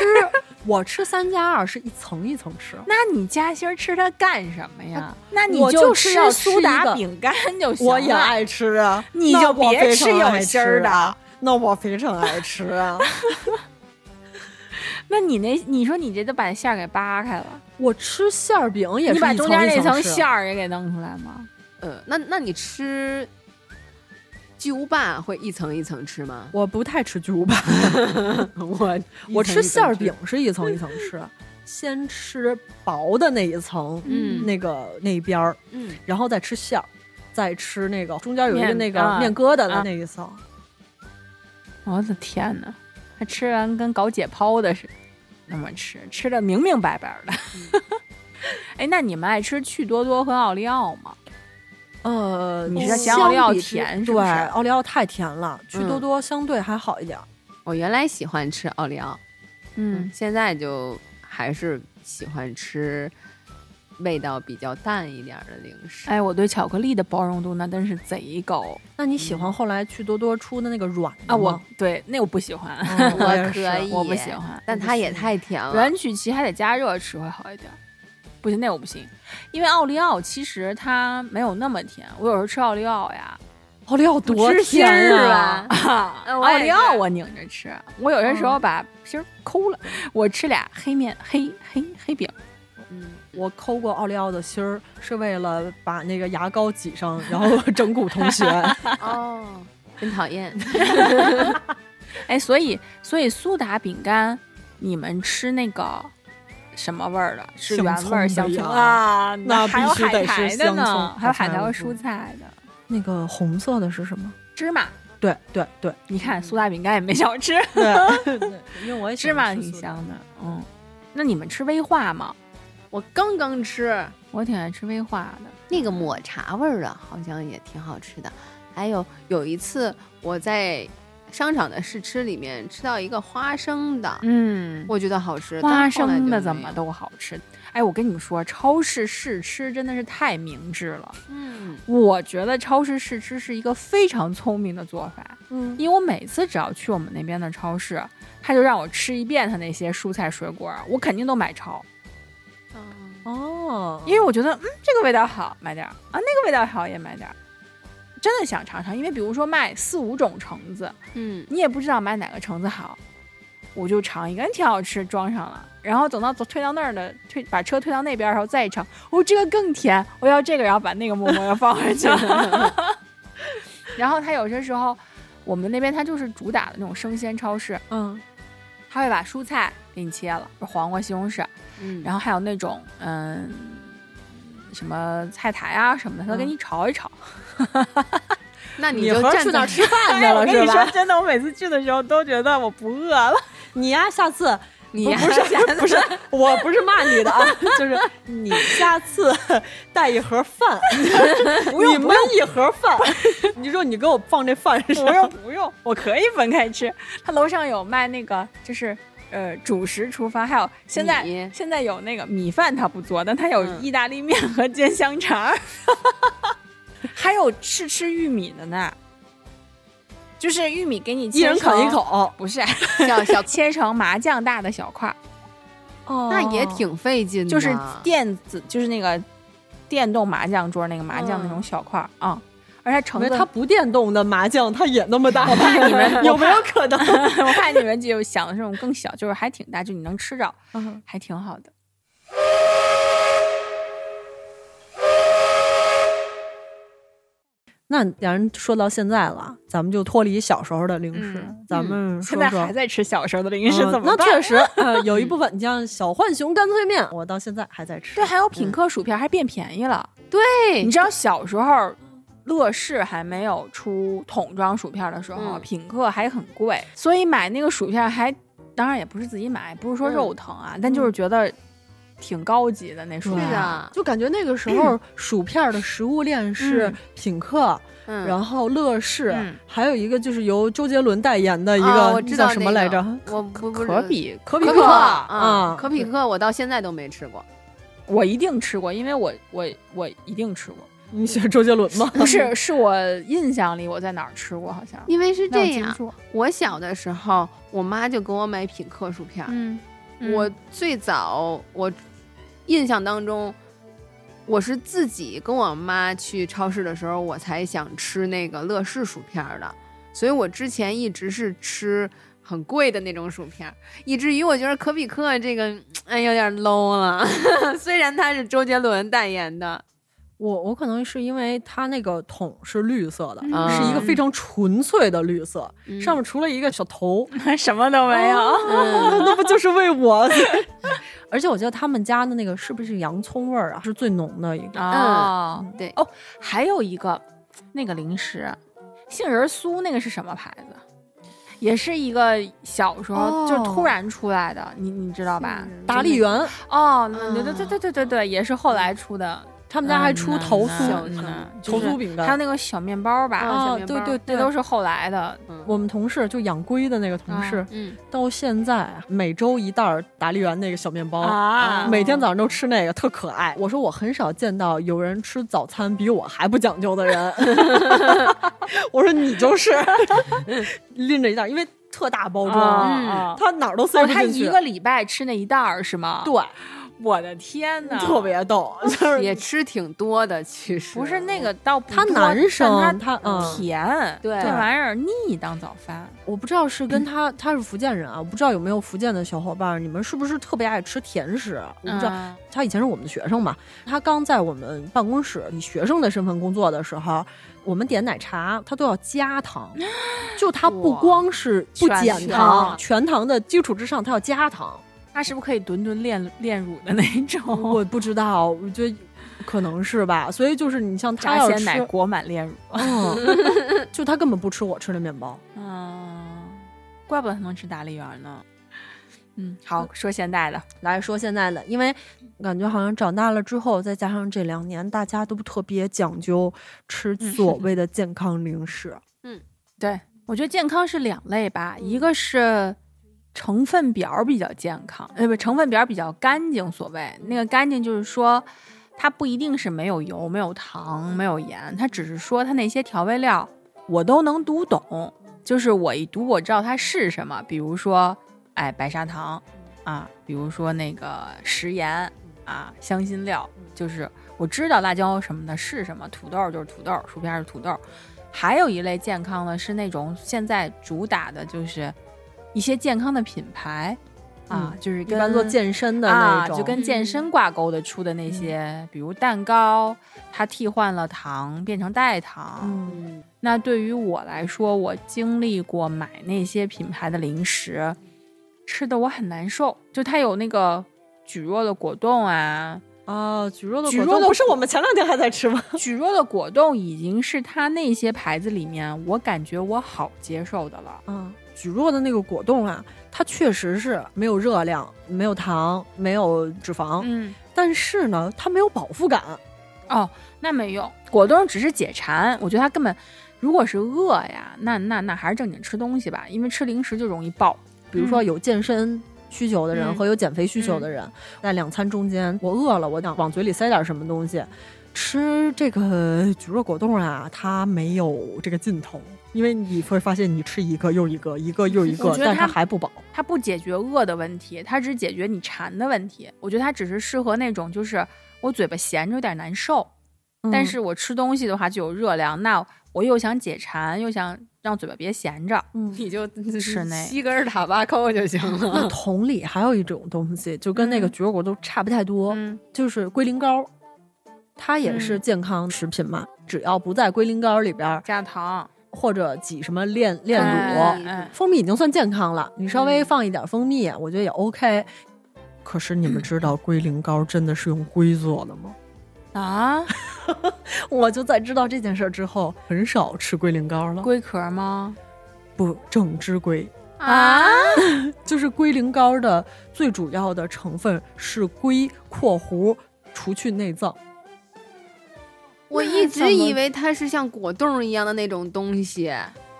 S1: 我吃三加二是一层一层
S2: <laughs>
S1: 吃，
S2: 那你夹心儿吃它干什么呀？那你
S1: 我就
S2: 吃
S1: 是要吃
S2: 苏
S1: 一
S2: 打
S1: 个
S2: 饼 <laughs> 干就行了。
S1: 我也爱吃啊，
S2: 你
S1: 那
S2: 就
S1: 我
S2: 别
S1: 非
S2: 吃
S1: 常
S2: 有
S1: 爱
S2: 心儿
S1: 吃
S2: 的
S1: 啊。那我非常爱吃啊！
S2: 那你那你说你这都把馅儿给扒开了，
S1: <laughs> 我吃馅儿饼也是
S2: 你把
S1: 一
S2: 中间
S1: 一
S2: 那层
S1: 吃
S2: 馅儿也给弄出来吗？
S3: 呃，那那你吃巨无霸会一层一层吃吗？
S1: 我不太吃巨无霸，我我
S3: 一层
S1: 吃
S3: 一层
S1: 馅儿饼是一层一层吃，先吃薄的那一层，
S3: 嗯
S1: 那个那一边儿，
S3: 嗯，
S1: 然后再吃馅儿，再吃那个中间有一个
S2: 面
S1: 那个
S2: 啊
S1: 面疙瘩的
S2: 啊
S1: 那一层。
S2: 我的天哪，他吃完跟搞解剖的似的，那么吃，吃的明明白白的。 <laughs> 哎，那你们爱吃趣多多和奥利奥吗？
S1: 呃，
S2: 你
S3: 是嫌
S1: 相
S2: 奥利奥
S1: 比之
S2: 甜是
S1: 对，
S2: 不是
S1: 奥利奥太甜了，趣
S3: 嗯
S1: 多多相对还好一点儿。
S3: 我原来喜欢吃奥利奥，
S2: 嗯，
S3: 现在就还是喜欢吃味道比较淡一点儿的零食。
S2: 哎，我对巧克力的包容度那真是贼高
S1: 那你喜欢后来趣多多出的那个软的
S2: 啊！我
S1: 吗
S2: 对那 <laughs> 我不喜欢， <laughs>
S1: 嗯我也是
S3: 我可以，
S2: 我不喜欢，
S3: 但它也太甜了
S2: 软。曲奇还得加热吃会好一点儿。不行，那我不行，因为奥利奥其实它没有那么甜。我有时候吃奥利奥呀，
S1: 奥利奥多
S3: 吃心
S1: 甜
S3: 儿
S1: 啊！
S2: <laughs>
S3: 吧？嗯我
S2: 奥
S3: 也
S2: 利奥
S3: 是
S2: 呃我拧嗯着吃，我有些时候把芯儿抠了，我吃俩黑面黑黑黑饼，
S3: 嗯，
S1: 我抠过奥利奥的芯儿，是为了把那个牙膏挤上，然 <laughs> 后整蛊同学。
S3: 哦，真讨厌。
S2: 哎，所以所以苏打饼干，你们吃那个什么味儿的？是
S1: 香
S2: 原味
S1: 葱
S2: 儿香
S1: 的
S2: 葱
S1: 呀
S2: 啊？
S1: 那
S2: 还有
S1: 必须
S2: 海
S1: 得是
S2: 苔的
S1: 香
S2: 呢
S1: 葱，
S2: 还有海苔
S1: 海苔
S2: 和
S1: 我
S2: 蔬菜的
S1: 那个红色的是什么？
S2: 芝麻。
S1: 对对对，
S2: 你看苏打饼干也没少吃。
S1: 对，因为我也
S2: <laughs>
S3: 哎
S1: 喜
S2: 芝麻
S1: 欢
S2: 挺
S1: 吃素的
S2: 香的，嗯。那你们吃威化吗？
S3: 我刚刚吃嗯
S2: 我挺爱吃威化的。
S3: 那个抹茶味儿的，好像也挺好吃的。还有有一次我在商场的试吃里面吃到一个花生的，
S2: 嗯，
S3: 我觉得好吃。
S2: 花
S3: 但后来
S2: 生的
S3: 就
S2: 怎
S3: 没
S2: 么
S3: 有？
S2: 都好吃。哎，我跟你们说，超市试吃真的是太明智了。
S3: 嗯，
S2: 我觉得超市试吃是一个非常聪明的做法，
S1: 嗯，
S2: 因为我每次只要去我们那边的超市，他就让我吃一遍他那些蔬菜水果，我肯定都买超，
S1: 哦，
S2: 因为我觉得嗯这个味道好买点儿啊，那个味道好也买点儿。真的想尝尝，因为比如说卖四五种橙子，
S3: 嗯，
S2: 你也不知道买哪个橙子好，我就尝一个，挺好吃，装上了。然后等到走推到那儿的，推把车推到那边儿的时候再一尝，哦，这个更甜，我要这个，然后把那个 <laughs> 馍馍又放回去。然后他有些时候，我们那边他就是主打的那种生鲜超市，
S1: 嗯，
S2: 他会把蔬菜给你切了，黄瓜、西红柿，
S3: 嗯
S2: 然
S3: 后
S2: 后还有那种嗯什么菜苔啊什么的，他都给
S1: 嗯
S2: 你炒一炒。
S3: 那你
S1: 你
S3: 就
S1: 合着
S3: 站
S1: 去那
S3: 在
S1: 儿吃饭去
S2: 我
S1: 了
S2: 跟
S1: 是
S2: 你说
S1: 吧？，
S2: 真的，我每次去的时候都觉得我不饿了。
S1: 你呀，下次
S3: <laughs> 你
S1: 不不是不是，我不是骂你的啊， <laughs> 就是你下次带一盒 <laughs> 饭，你们一盒饭， <laughs> 你说你给我放这饭上，
S2: 不用不用， <laughs> 我可以分开吃。 <laughs> 他楼上有卖那个，就是呃主食厨房，还有现在
S3: 米
S2: 现在有那个米饭，他不做，但他有
S3: 嗯
S2: 意大利面和煎香肠， <laughs> 还有试吃玉米的呢，就是玉米给你
S1: 一人
S2: 切成
S1: 啃一，口，
S2: 不是
S3: 小小，
S2: 切成麻酱大的小块儿，
S1: 哦
S3: 那也挺费劲的，
S2: 就是电子就是那个电动麻将桌那个麻将那种
S1: 嗯
S2: 小块儿啊、而且
S1: 因
S2: 橙
S1: 为
S2: 子
S1: 它不电动的麻将，它也那么大，你们 <laughs> 有没有可
S2: <laughs>
S1: 能？
S2: 我看你们就想的这种更小，就是还挺大，就你能吃着，
S1: 嗯
S2: 还挺好的。
S1: <laughs> 那两人说到现在了，咱们就脱离小时候的零食，
S2: 嗯
S1: 咱们说
S2: 现
S1: 说
S2: 在还在吃小时候的零食，
S1: 嗯
S2: 怎么
S1: 那
S2: 办？
S1: 确实，呃，有一部分，你像小浣熊干脆面，我到现在还在吃
S2: 对，。还有品客薯片还变便宜了。
S3: 对
S2: 你知道小时候乐事还没有出桶装薯片的时候，
S3: 嗯
S2: 品客还很贵，所以买那个薯片还，当然也不是自己买，不是说
S3: 嗯
S2: 肉疼啊，但就是觉得挺高级的那薯
S1: 对
S2: 片。
S3: 是的，
S1: 就感觉那个时候薯片的食物链是
S2: 嗯
S1: 品客，
S3: 嗯，
S1: 然后乐事
S2: 嗯，哦
S1: 还有一个就是由周杰伦代言的一
S3: 啊
S1: 个
S3: 我知道
S1: 叫什么
S3: 那
S1: 来
S3: 个
S1: 着？
S3: 我不不是
S2: 可比
S1: 可比克
S3: 可比克嗯
S1: 啊，
S3: 可比克，我到现在都没吃过。
S2: 我一定吃过，因为我我我一定吃过，
S1: 你喜欢周杰伦吗？
S2: 不是，是我印象里我在哪儿吃过，好像
S3: 因为是
S2: 没有
S3: 这
S2: 记
S3: 样，
S2: 住
S3: 我小的时候，我妈就给我买品客薯片儿。
S2: 嗯，
S3: 我最早我印象当中，我是自己跟我妈去超市的时候，我才想吃那个乐事薯片儿的，所以我之前一直是吃很贵的那种薯片儿，以至于我觉得可比克这个哎有点 low 了， <laughs> 虽然它是周杰伦代言的，
S1: <laughs> 我我可能是因为它那个桶是绿色的，
S3: 嗯
S1: 是一个非常纯粹的绿色，
S3: 嗯
S1: 上面除了一个小 <laughs> 头，
S2: <laughs> 什么都没有。
S1: 那那不就是为我？ <laughs> 而且我觉得他们家的那个是不是洋葱味儿啊，是最浓的一个。
S2: 哦，
S3: 对
S2: 哦，还有一个那个零食，杏仁酥，那个是什么牌子？也是一个小时候
S3: 哦
S2: 就突然出来的，你你知道吧？
S1: 达利园，
S2: 哦，
S3: 嗯
S2: 对对对对对对对，也是后来出的。
S1: 他们家还出头
S2: 嗯
S1: 酥，
S2: 嗯
S3: 小
S2: 嗯
S1: 头
S2: 就是
S1: 酥饼干
S2: 还有那个小面包嗯吧，哦
S3: 啊小
S1: 啊，
S3: 面
S1: 对
S3: 包
S1: 对
S2: 那
S1: 对，
S2: 都是后来的。
S1: 我们同事就养龟的那个同事，
S3: 嗯，
S1: 到现在啊每周一袋儿达利园那个小面包。
S2: 啊
S1: 每天早上都吃那个，特可爱。我说我很少见到有人吃早餐比我还不讲究的人。 <laughs> 我说你就是，拎着一袋儿，因为特大包装，
S3: 嗯
S2: 啊
S1: 他哪儿都塞
S2: 哦，
S1: 不
S2: 他
S1: 进
S2: 一
S1: 去。
S2: 个啊礼拜吃那一袋儿是吗？，
S1: 对，
S2: 我的天呐，
S1: 特别逗， <laughs> 就是
S3: 也吃挺多的，其实
S2: 不是那个倒不
S1: 他
S2: 多
S1: 男
S2: 但
S1: 生
S2: 它
S1: 他嗯，
S2: 甜，
S3: 对
S2: 这玩意儿腻当早饭。
S1: 我不知道是跟他他是福建人啊，我不知道有没有福建的小伙伴儿，你们是不是特别爱吃甜食？啊我不知道，
S2: 嗯
S1: 他以前是我们的学生嘛，他刚在我们办公室以学生的身份工作的时候，我们点奶茶他都要加
S2: <gasps>
S1: 糖，就他不
S3: 哇
S1: 光是不
S2: 全
S1: 减
S2: 糖
S1: 糖，全糖的基础之上，他要加糖。
S2: 他是不是可以吨吨炼炼乳的那种？ <laughs>
S1: 我不知道，我觉得可能是吧。所以就是你像他
S2: 炸
S1: 要
S2: 鲜奶
S1: 吃，
S2: 裹满炼乳。
S1: 嗯，
S2: <laughs>
S1: 就他根本不吃我吃的面包。
S2: 嗯，怪不得他能吃大丽园呢。嗯，好，说现代的，
S1: 来说现在的，因为感觉好像长大了之后，再加上这两年大家都特别讲究吃
S2: 嗯
S1: 所谓的健康零
S2: <laughs>
S1: 食。
S2: 啊对我觉得健康是两类吧，一个是。成分表比较健康，呃，不，成分表比较干净。所谓那个干净，就是说它不一定是没有油、没有糖、没有盐，它只是说它那些调味料我都能读懂，就是我一读我知道它是什么。比如说，哎，白砂糖啊，比如说那个食盐啊，香辛料，就是我知道辣椒什么的是什么，土豆就是土豆，薯片是土豆，还有一类健康的是那种现在主打的就是一些健康的品牌啊，就
S1: 嗯
S2: 是
S1: 一
S2: 跟
S1: 般做健身的那
S2: 啊，
S1: 种，嗯
S2: 就跟健身挂钩的出的那些，比如蛋糕，它替换了糖变成代糖。
S1: 嗯
S2: 那对于我来说，我经历过买那些品牌的零食，吃的我很难受。就它有那个蒟蒻的果冻啊，
S1: 啊，蒟蒻的
S2: 蒟
S1: 果
S2: 蒻
S1: 冻
S2: 的
S1: 不是我们前两天还在吃吗？
S2: 蒟蒻的果冻已经是它那些牌子里面我感觉我好接受的了。
S1: 嗯，蒟蒻的那个果冻啊，它确实是没有热量、没有糖、没有脂肪，
S2: 嗯，
S1: 但是呢，它没有饱腹感。
S2: 哦，那没用，果冻只是解馋。我觉得它根本，如果是饿呀，那那那还是正经吃东西吧，因为吃零食就容易爆。
S1: 比如说有健身需求的人
S2: 嗯
S1: 和有减肥需求的人，在两餐中间，我饿了，我想往嘴里塞点什么东西。吃这个蒟蒻果冻啊，它没有这个尽头，因为你会发现你吃一个又一个，一个又一个
S2: 我，觉得
S1: 但是它
S2: 它
S1: 还不饱。
S2: 它不解决饿的问题，它只解决你馋的问题。我觉得它只是适合那种就是我嘴巴闲着有点难受，但
S1: 嗯
S2: 是我吃东西的话就有热量，那我又想解馋，又想让嘴巴别闲着。
S1: 嗯
S3: 你 <laughs> 就
S2: 吃那
S3: 吸根儿塔巴扣就行了。
S1: 那同理，还有一种东西，就跟那个
S2: 嗯
S1: 蒟蒻果冻差不太多，
S2: 嗯
S1: 就是龟苓膏，它也是
S2: 嗯
S1: 健康食品嘛，只要不在龟苓膏里边儿
S2: 加糖、
S1: 或者挤什么炼炼乳。
S2: 哎哎
S1: 蜂蜜已经算健康了，你稍微放一点蜂蜜，我觉得也 OK。可是你们知道龟苓膏真的是用龟做的吗？ <laughs>
S2: 啊，
S1: 我就在知道这件事儿之后，很少吃龟苓膏了。
S2: 龟壳吗？
S1: 不，整只龟，
S2: 啊，
S1: 就是龟苓膏的最主要的成分是龟（括弧）除去内脏。
S3: <laughs> 我一
S1: 那
S3: 直
S1: 怎么
S3: 以为它是像果冻一样的那种东西，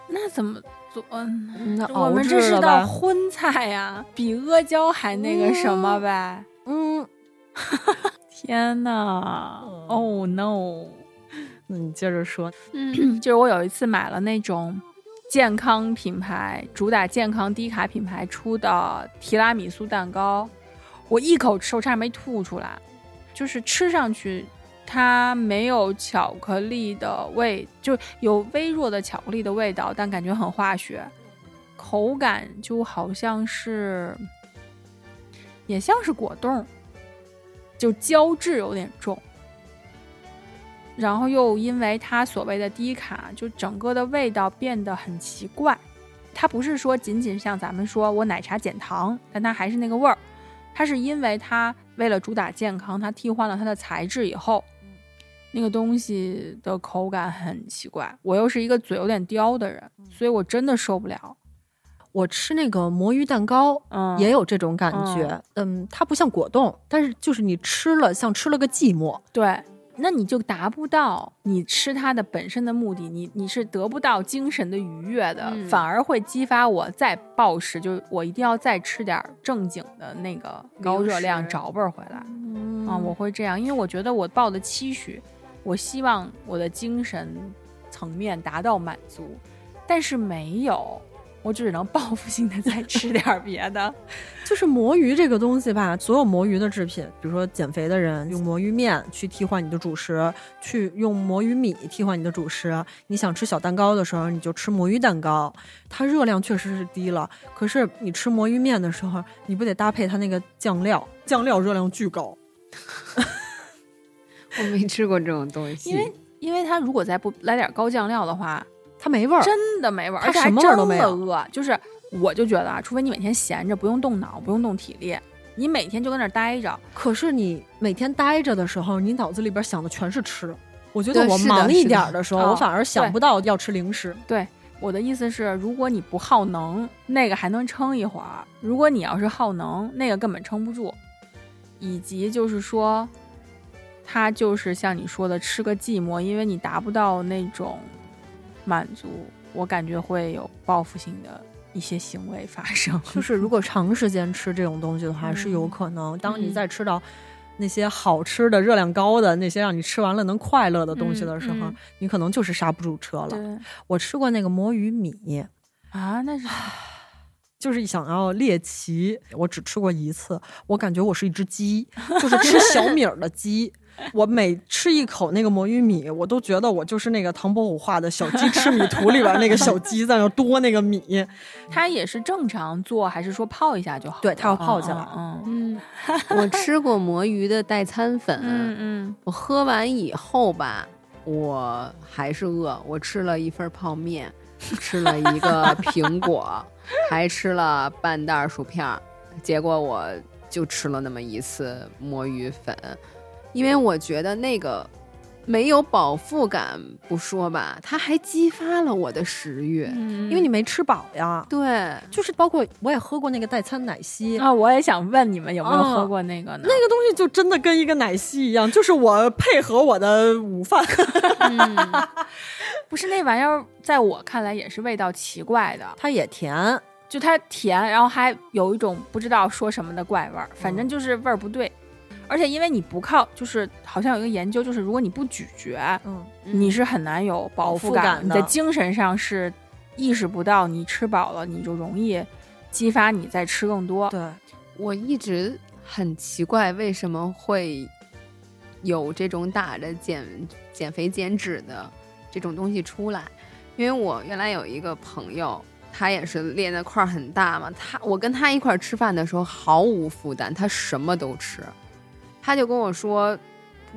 S2: 那怎么做？嗯
S1: 嗯那
S2: 我
S1: 熬
S2: 们
S1: 制
S2: 这是
S1: 了
S2: 道
S1: 吧
S2: 荤菜呀，比阿胶还那个什么呗？
S1: 嗯，
S2: <laughs> 天呐
S1: 嗯
S2: o h no！
S1: 那你接着说。
S3: 嗯，
S2: 就是我有一次买了那种健康品牌，主打健康低卡品牌出的提拉米苏蛋糕，我一口吃，我差点没吐出来。就是吃上去，它没有巧克力的味，就有微弱的巧克力的味道，但感觉很化学，口感就好像是，也像是果冻，就胶质有点重。然后又因为它所谓的低卡，就整个的味道变得很奇怪。它不是说仅仅像咱们说我奶茶减糖，但它还是那个味儿。它是因为它为了主打健康，它替换了它的材质以后，那个东西的口感很奇怪。我又是一个嘴有点刁的人，所以我真的受不了。
S1: 我吃那个魔芋蛋糕，
S2: 嗯，
S1: 也有这种感觉。嗯，它不像果冻，但是就是你吃了像吃了个寂寞。
S2: 对，那你就达不到你吃它的本身的目的，你你是得不到精神的愉悦的，
S3: 嗯
S2: 反而会激发我再暴食，就是我一定要再吃点儿正经的那个高热量
S3: 零食
S2: 找味儿回来、
S1: 嗯
S2: 啊！我会这样，因为我觉得我抱的期许，我希望我的精神层面达到满足，但是没有。我只能报复性的 <laughs> 再吃点儿别的，
S1: 就是魔芋这个东西吧，所有魔芋的制品，比如说减肥的人用魔芋面去替换你的主食，去用魔芋米替换你的主食。你想吃小蛋糕的时候，你就吃魔芋蛋糕，它热量确实是低了，可是你吃魔芋面的时候，你不得搭配它那个酱料，酱料热量巨高。
S3: 我没吃过这种东西，
S2: 因为 <laughs> 因为它如果再不来点儿高酱料的话，
S1: 它没味儿，
S2: 真的没味儿，
S1: 它
S2: 而且还
S1: 什么味儿都没有
S2: 真的饿。就是我就觉得啊，除非你每天闲着，不用动脑，不用动体力，你每天就跟那儿待着，
S1: 可是你每天待着的时候，你脑子里边想的全是吃。我觉得
S3: 对
S1: 我
S3: 是的
S1: 忙
S3: 是
S1: 一
S3: 的
S1: 点儿的时候，
S2: 哦
S1: 我反而想
S2: 对
S1: 不到要吃零食。
S2: 我的意思是，如果你不耗能，那个还能撑一会儿；如果你要是耗能，那个根本撑不住。以及就是说，它就是像你说的吃个寂寞，因为你达不到那种满足，我感觉会有报复性的一些行为发
S1: <laughs>
S2: 生。
S1: <laughs> 就是如果长时间吃这种东西的话，是有
S2: 嗯
S1: 可能。当你
S2: 嗯
S1: 再吃到那些好吃的、热量高的那些让你吃完了能快乐的东西的时候，
S2: 嗯嗯
S1: 你可能就是刹不住车了。
S2: 对
S1: 我吃过那个魔芋米，
S2: 啊，那是
S1: 就是想要猎奇，我只吃过一次，我感觉我是一只鸡，就是吃小米儿的鸡。我每吃一口那个魔芋米，我都觉得我就是那个唐伯虎画的小鸡吃米图里边那个小鸡在那哆那个米。
S2: 它也是正常做，还是说泡一下就好？
S1: 对它要泡起来
S2: 嗯
S3: 嗯，我吃过魔芋的代餐粉，
S2: 嗯嗯
S3: 我喝完以后吧，我还是饿，我吃了一份泡面，吃了一个苹果，还吃了半袋儿薯片儿，结果我就吃了那么一次魔芋粉，因为我觉得那个。没有饱腹感不说吧，它还激发了我的食欲。
S2: 嗯，
S1: 因为你没吃饱呀。
S3: 对，
S1: 就是包括我也喝过那个代餐奶昔，
S2: 啊，我也想问你们有没有
S1: 哦
S2: 喝过嗯那个呢？
S1: 那个东西就真的跟一个奶昔一样，就是我配合我的午饭。
S3: <laughs>
S2: 不是那玩意儿，在我看来也是味道奇怪的，
S1: 它也甜，
S2: 就它甜，然后还有一种不知道说什么的怪味儿，反正就是味儿不对。而且因为你不靠，就是好像有一个研究，就是如果你不咀嚼，
S1: 嗯，
S2: 你是很难有饱腹
S1: 饱腹感
S2: 你
S1: 的
S2: 在精神上是意识不到你吃饱了，你就容易激发你再吃更多。
S1: 对，
S3: 我一直很奇怪，为什么会有这种打着减减肥减脂的这种东西出来？因为我原来有一个朋友，他也是练的块儿很大嘛，他我跟他一块儿吃饭的时候毫无负担，他什么都吃，他就跟我说，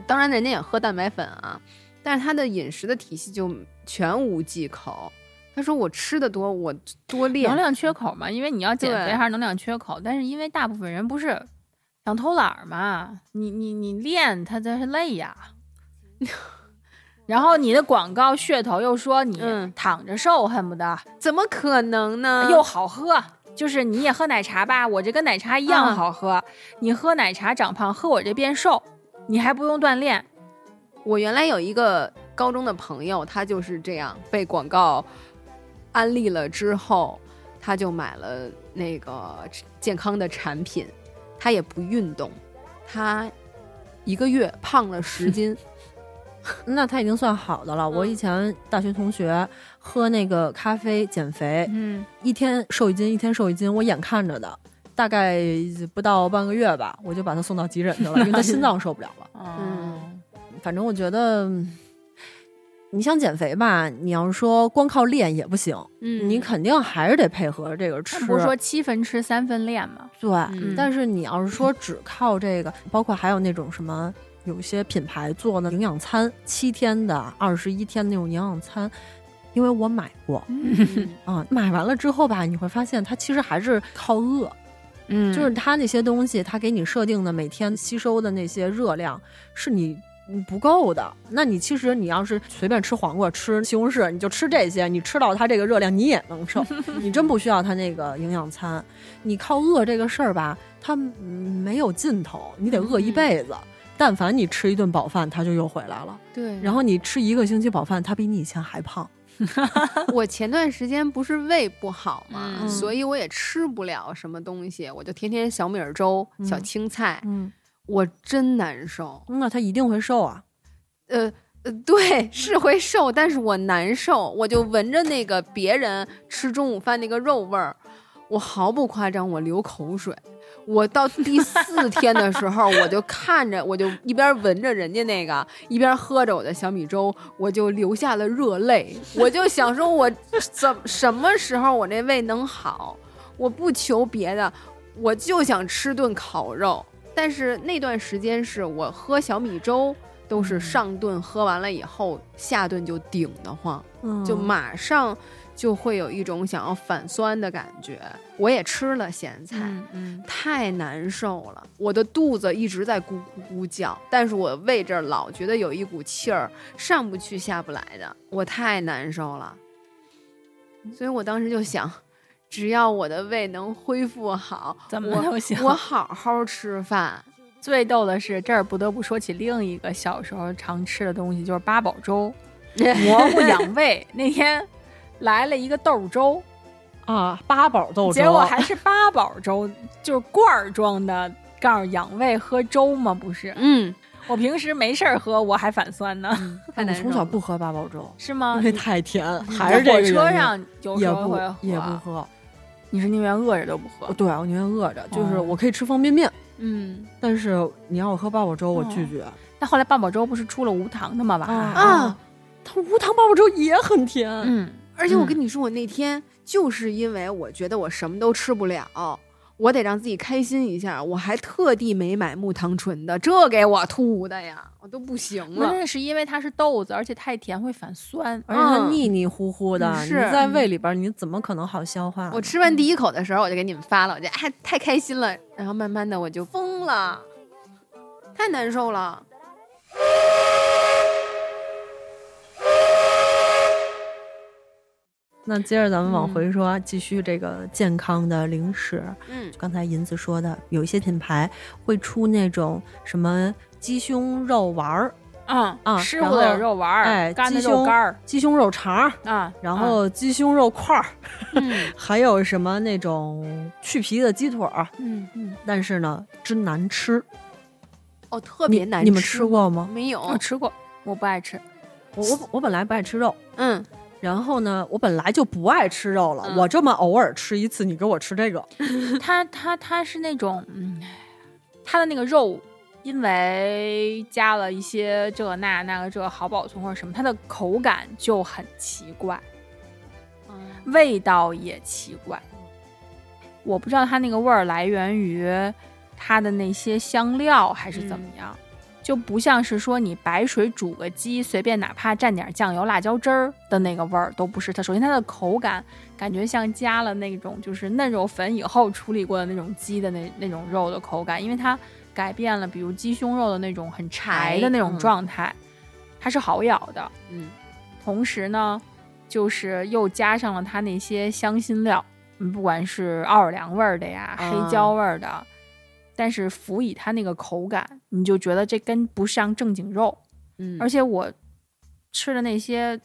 S3: 当然人家也喝蛋白粉啊，但是他的饮食的体系就全无忌口。他说我吃的多，我多练
S2: 能，量缺口嘛，因为你要减肥
S3: 对
S2: 还是能量缺口，但是因为大部分人不是想偷懒儿嘛，你你你练它真是累呀。然后你的广告噱头又说你
S3: 嗯
S2: 躺着瘦，恨不得、
S3: 怎么可能呢？
S2: 又好喝，就是你也喝奶茶吧，我这跟奶茶一样
S3: 嗯
S2: 好喝，你喝奶茶长胖，喝我这变瘦，你还不用锻炼，
S3: 我原来有一个高中的朋友，他就是这样被广告安利了之后，他就买了那个健康的产品，他也不运动，他一个月胖了十斤。
S1: 那它已经算好的了。
S2: 嗯
S1: 我以前大学同学喝那个咖啡减肥，
S2: 嗯，
S1: 一天瘦一斤，一天瘦一斤，我眼看着的，大概不到半个月吧，我就把他送到急诊去
S2: <laughs>
S1: 了，因为他心脏受不了了。
S2: 嗯
S1: 反正我觉得，嗯你想减肥吧，你要是说光靠练也不行，
S3: 嗯
S1: 你肯定还是得配合这个吃。
S2: 不是说七分吃三分练嘛，
S1: 对，
S3: 嗯
S1: 但是你要是说只靠这个，包括还有那种什么。有些品牌做的营养餐，七天的、二十一天那种营养餐，因为我买过啊、买完了之后吧，你会发现它其实还是靠饿，
S2: 嗯
S1: 就是它那些东西，它给你设定的每天吸收的那些热量是你嗯不够的。那你其实你要是随便吃黄瓜、吃西红柿，你就吃这些，你吃到它这个热量你也能瘦，你真不需要它那个营养餐。你靠饿这个事儿吧，它嗯没有尽头，你得饿一
S3: 嗯
S1: 辈子。但凡你吃一顿饱饭，它就又回来了。
S3: 对，
S1: 然后你吃一个星期饱饭，它比你以前还胖。
S3: 我前段时间不是胃不好嘛，
S2: 嗯
S3: 所以我也吃不了什么东西，我就天天小米儿粥、小
S1: 嗯
S3: 青菜，
S1: 嗯，
S3: 我真难受。
S1: 那它一定会瘦啊。
S3: 呃呃，对，是会瘦，但是我难受，我就闻着那个别人吃中午饭那个肉味儿，我毫不夸张，我流口水。我到第四天的时候，我就看着，我就一边闻着人家那个，一边喝着我的小米粥，我就流下了热泪。我就想说，我怎什么时候我这胃能好？我不求别的，我就想吃顿烤肉。但是那段时间是我喝小米粥，都是上顿喝完了以后，下顿就顶得慌，
S1: 嗯，
S3: 就马上就会有一种想要反酸的感觉。我也吃了咸菜，
S2: 嗯嗯
S3: 太难受了，我的肚子一直在咕咕咕叫，但是我胃这儿老觉得有一股气儿上不去下不来的，我太难受了。所以我当时就想，只要我的胃能恢复 <laughs> 好，
S2: 怎么
S3: 我
S2: 都行
S3: 我好好吃饭。
S2: 最逗的是，这儿不得不说起另一个小时候常吃的东西，就是八宝
S1: <laughs>
S2: 粥，蘑菇养胃。那天来了一个豆粥，
S1: 啊，八宝豆
S2: 结果还是八宝粥，就是罐儿装的。告诉养胃喝粥吗？不是，
S3: 嗯，
S2: 我平时没事儿喝，我还反酸呢，
S3: 太
S1: 我
S3: 难受
S1: 从小
S3: 了
S1: 不喝八宝粥。
S2: 是吗
S1: 因？为太甜，还
S2: 啊在
S1: 是这个
S2: 火车
S1: 原因
S2: 上有时
S1: 也
S2: 候
S1: 不
S2: 会喝，
S1: 也不喝。
S2: 你是宁愿饿着都不喝
S1: 哦，对，我宁愿饿着，就是
S2: 哦
S1: 我可以吃方便面，
S3: 嗯，
S1: 但是你让我喝八宝粥，我拒绝。
S2: 那后来八宝粥不是出了无糖的吗？娃
S1: 啊
S2: 娃，
S3: 啊！
S1: 它无糖八宝粥也很甜，
S2: 嗯，
S3: 而且我跟你说，我那天就是因为我觉得我什么都吃不了，我得让自己开心一下，我还特地没买木糖醇的，这给我吐的呀，我都不行
S2: 关
S3: 了。
S2: 键是因为它是豆子，而且太甜会反酸。
S1: 而且它
S3: 嗯
S1: 腻腻乎乎的，
S3: 嗯
S1: 你
S3: 是
S1: 在胃里边儿你怎么可能好消化呢？
S3: 我吃完第一口的时候，我就给你们发了，我觉得哎太开心了，然后慢慢的我就疯了，太难受了。
S1: 那接着咱们往回说，啊继续这个健康的零食。
S3: 嗯
S1: 刚才银子说的，有一些品牌会出那种什么鸡胸肉丸儿、
S2: 嗯
S1: 啊
S2: 湿
S1: 然
S2: 乎的
S1: 后
S2: 肉丸儿，
S1: 哎
S2: 干的
S1: 鸡
S2: 肉
S1: 胸
S2: 干儿
S1: 鸡胸肉肠儿，
S2: 啊，
S1: 然
S2: 啊
S1: 后鸡胸肉块儿，
S3: 嗯
S1: 还有什么那种去皮的鸡腿儿，
S2: 嗯嗯，
S1: 但是呢，真难吃。
S3: <laughs> 哦，特
S1: 你
S3: 别难
S1: 你们吃过吗？
S3: 没有
S2: 我？吃过，我不爱吃。
S1: 我我我本来不爱吃肉，
S3: 嗯，
S1: 然后呢，我本来就不爱吃肉了，
S2: 嗯
S1: 我这么偶尔吃一次，你给我吃这个，
S2: <laughs> 它它它是那种，嗯，它的那个肉，因为加了一些这那那个这好保存或者什么，它的口感就很奇怪，味道也奇怪。我不知道它那个味儿来源于它的那些香料还是怎么样，就不像是说你白水煮个鸡，随便哪怕蘸点酱油、辣椒汁儿的那个味儿都不是它。首先它的口感感觉像加了那种就是嫩肉粉以后处理过的那种鸡的那那种肉的口感，因为它改变了比如鸡胸肉的那种很柴的那种
S1: 嗯
S2: 状态，它是好咬的。
S3: 嗯
S2: 同时呢，就是又加上了它那些香辛料，嗯不管是奥尔良味儿的呀、
S1: 啊
S2: 黑椒味儿的，但是辅以它那个口感，你就觉得这跟不上正经肉。
S3: 嗯，
S2: 而且我吃的那些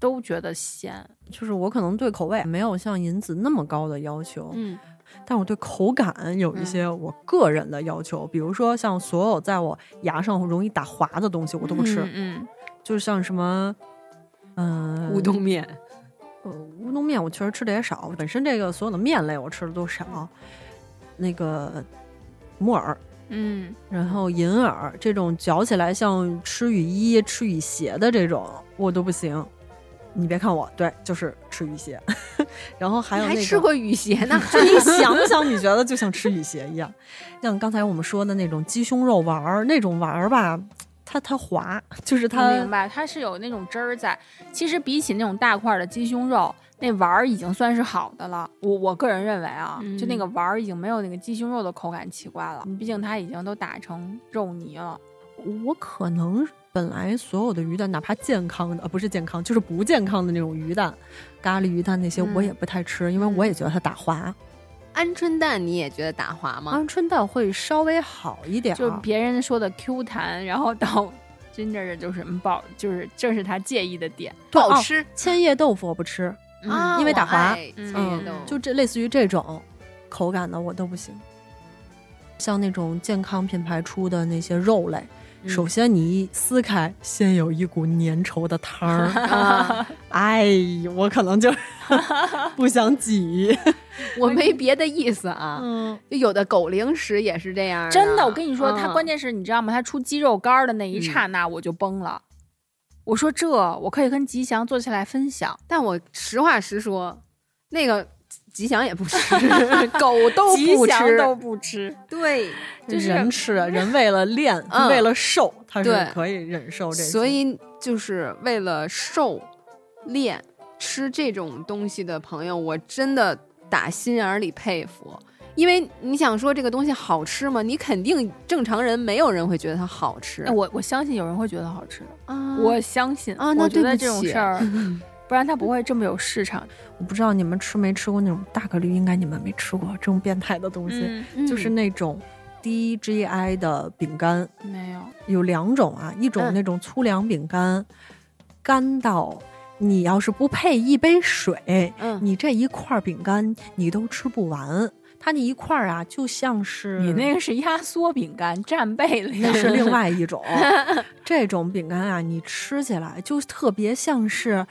S2: 都觉得咸，
S1: 就是我可能对口味没有像银子那么高的要求，
S3: 嗯
S1: 但我对口感有一些我个人的要求，比如说像所有在我牙上容易打滑的东西我都不吃，
S2: 嗯，
S1: 就是像什么，嗯、
S3: 乌冬面，
S1: 呃乌冬面我确实吃的也少，本身这个所有的面类我吃的都少，那个木耳。
S2: 嗯
S1: 然后银耳这种嚼起来像吃雨衣、吃雨鞋的这种，我都不行。你别看我，对，就是吃雨鞋。 <laughs> 然后还有
S3: 你
S1: 那
S3: 还
S1: 个，
S3: 吃过雨鞋
S1: <laughs>
S3: 呢？
S1: 就你想想，你觉得就像吃雨鞋一样。像刚才我们说的那种鸡胸肉丸儿，那种丸儿吧，它它滑，就是
S2: 我
S1: 它
S2: 明白，它是有那种汁儿在。其实比起那种大块儿的鸡胸肉，那丸儿已经算是好的了。我我个人认为啊，就那
S3: 嗯
S2: 个丸儿已经没有那个鸡胸肉的口感奇怪了，毕竟它已经都打成肉泥了。
S1: 我可能本来所有的鱼蛋，哪怕健康的，呃，不是健康，就是不健康的那种鱼蛋，咖喱鱼蛋那些，
S2: 嗯
S1: 我也不太吃，因为我也觉得它打滑。
S3: 鹌鹑蛋你也觉得打滑吗？
S1: 鹌鹑蛋会稍微好一点儿，
S2: 就别人说的 Q 弹，然后到真正的就是嗯不好，就是正是他介意的点。
S3: 不
S1: 哦
S3: 好吃
S1: 千叶豆腐我不吃，
S3: 啊，
S1: 因为打滑
S3: 我爱千叶豆
S2: 嗯
S1: 就这类似于这种口感的我都不行。像那种健康品牌出的那些肉类，
S3: 嗯，
S1: 首先你一撕开，先有一股粘稠的汤儿
S3: <laughs>
S2: <laughs>
S3: 啊，
S1: 哎，我可能就 <laughs> 不想挤。
S3: 我没别的意思啊。
S1: 嗯，
S3: 就有的狗零食也是这样的，
S2: 真的，我跟你说，它
S3: 嗯
S2: 关键是你知道吗？它出鸡肉干儿的那一
S3: 嗯
S2: 刹那，我就崩了。我说这我可以跟吉祥坐下来分享。 <laughs>
S3: 但我实话实说，那个吉祥也不
S2: <laughs>
S3: 吃，狗都
S2: 吉
S3: 不
S2: 祥
S3: 吃。
S2: 都不吃，
S3: 对，
S2: 就是
S1: 人吃，人为了练，
S3: 嗯
S1: 为了瘦，他是
S3: 对
S1: 可以忍受这些。
S3: <laughs> 所以就是为了瘦练吃这种东西的朋友，我真的打心眼儿里佩服。因为你想说这个东西好吃吗？你肯定正常人没有人会觉得它好吃。
S2: 哎，我我相信有人会觉得好吃的，
S3: 啊
S2: 我相信
S3: 啊那
S2: 我觉
S3: 对
S2: 得
S3: 不
S2: 这种
S3: 起
S2: 事儿，不然它不会这么有市场。
S1: 我不知道你们吃没吃过那种大概率应该你们没吃过这种变态的东西，
S2: 嗯，
S1: 就是那种低 GI 的饼干，
S2: 没有，
S1: 有两种啊，一种
S3: 嗯
S1: 那种粗粮饼干，干到你要是不配一杯水，
S3: 嗯
S1: 你这一块饼干你都吃不完。它那一块儿啊，就像是
S2: 你那个是压缩饼干，战备了
S1: <laughs>
S2: 呀
S1: 那是另
S2: <laughs>
S1: 外一种，这种饼干啊，你吃起来就特别像是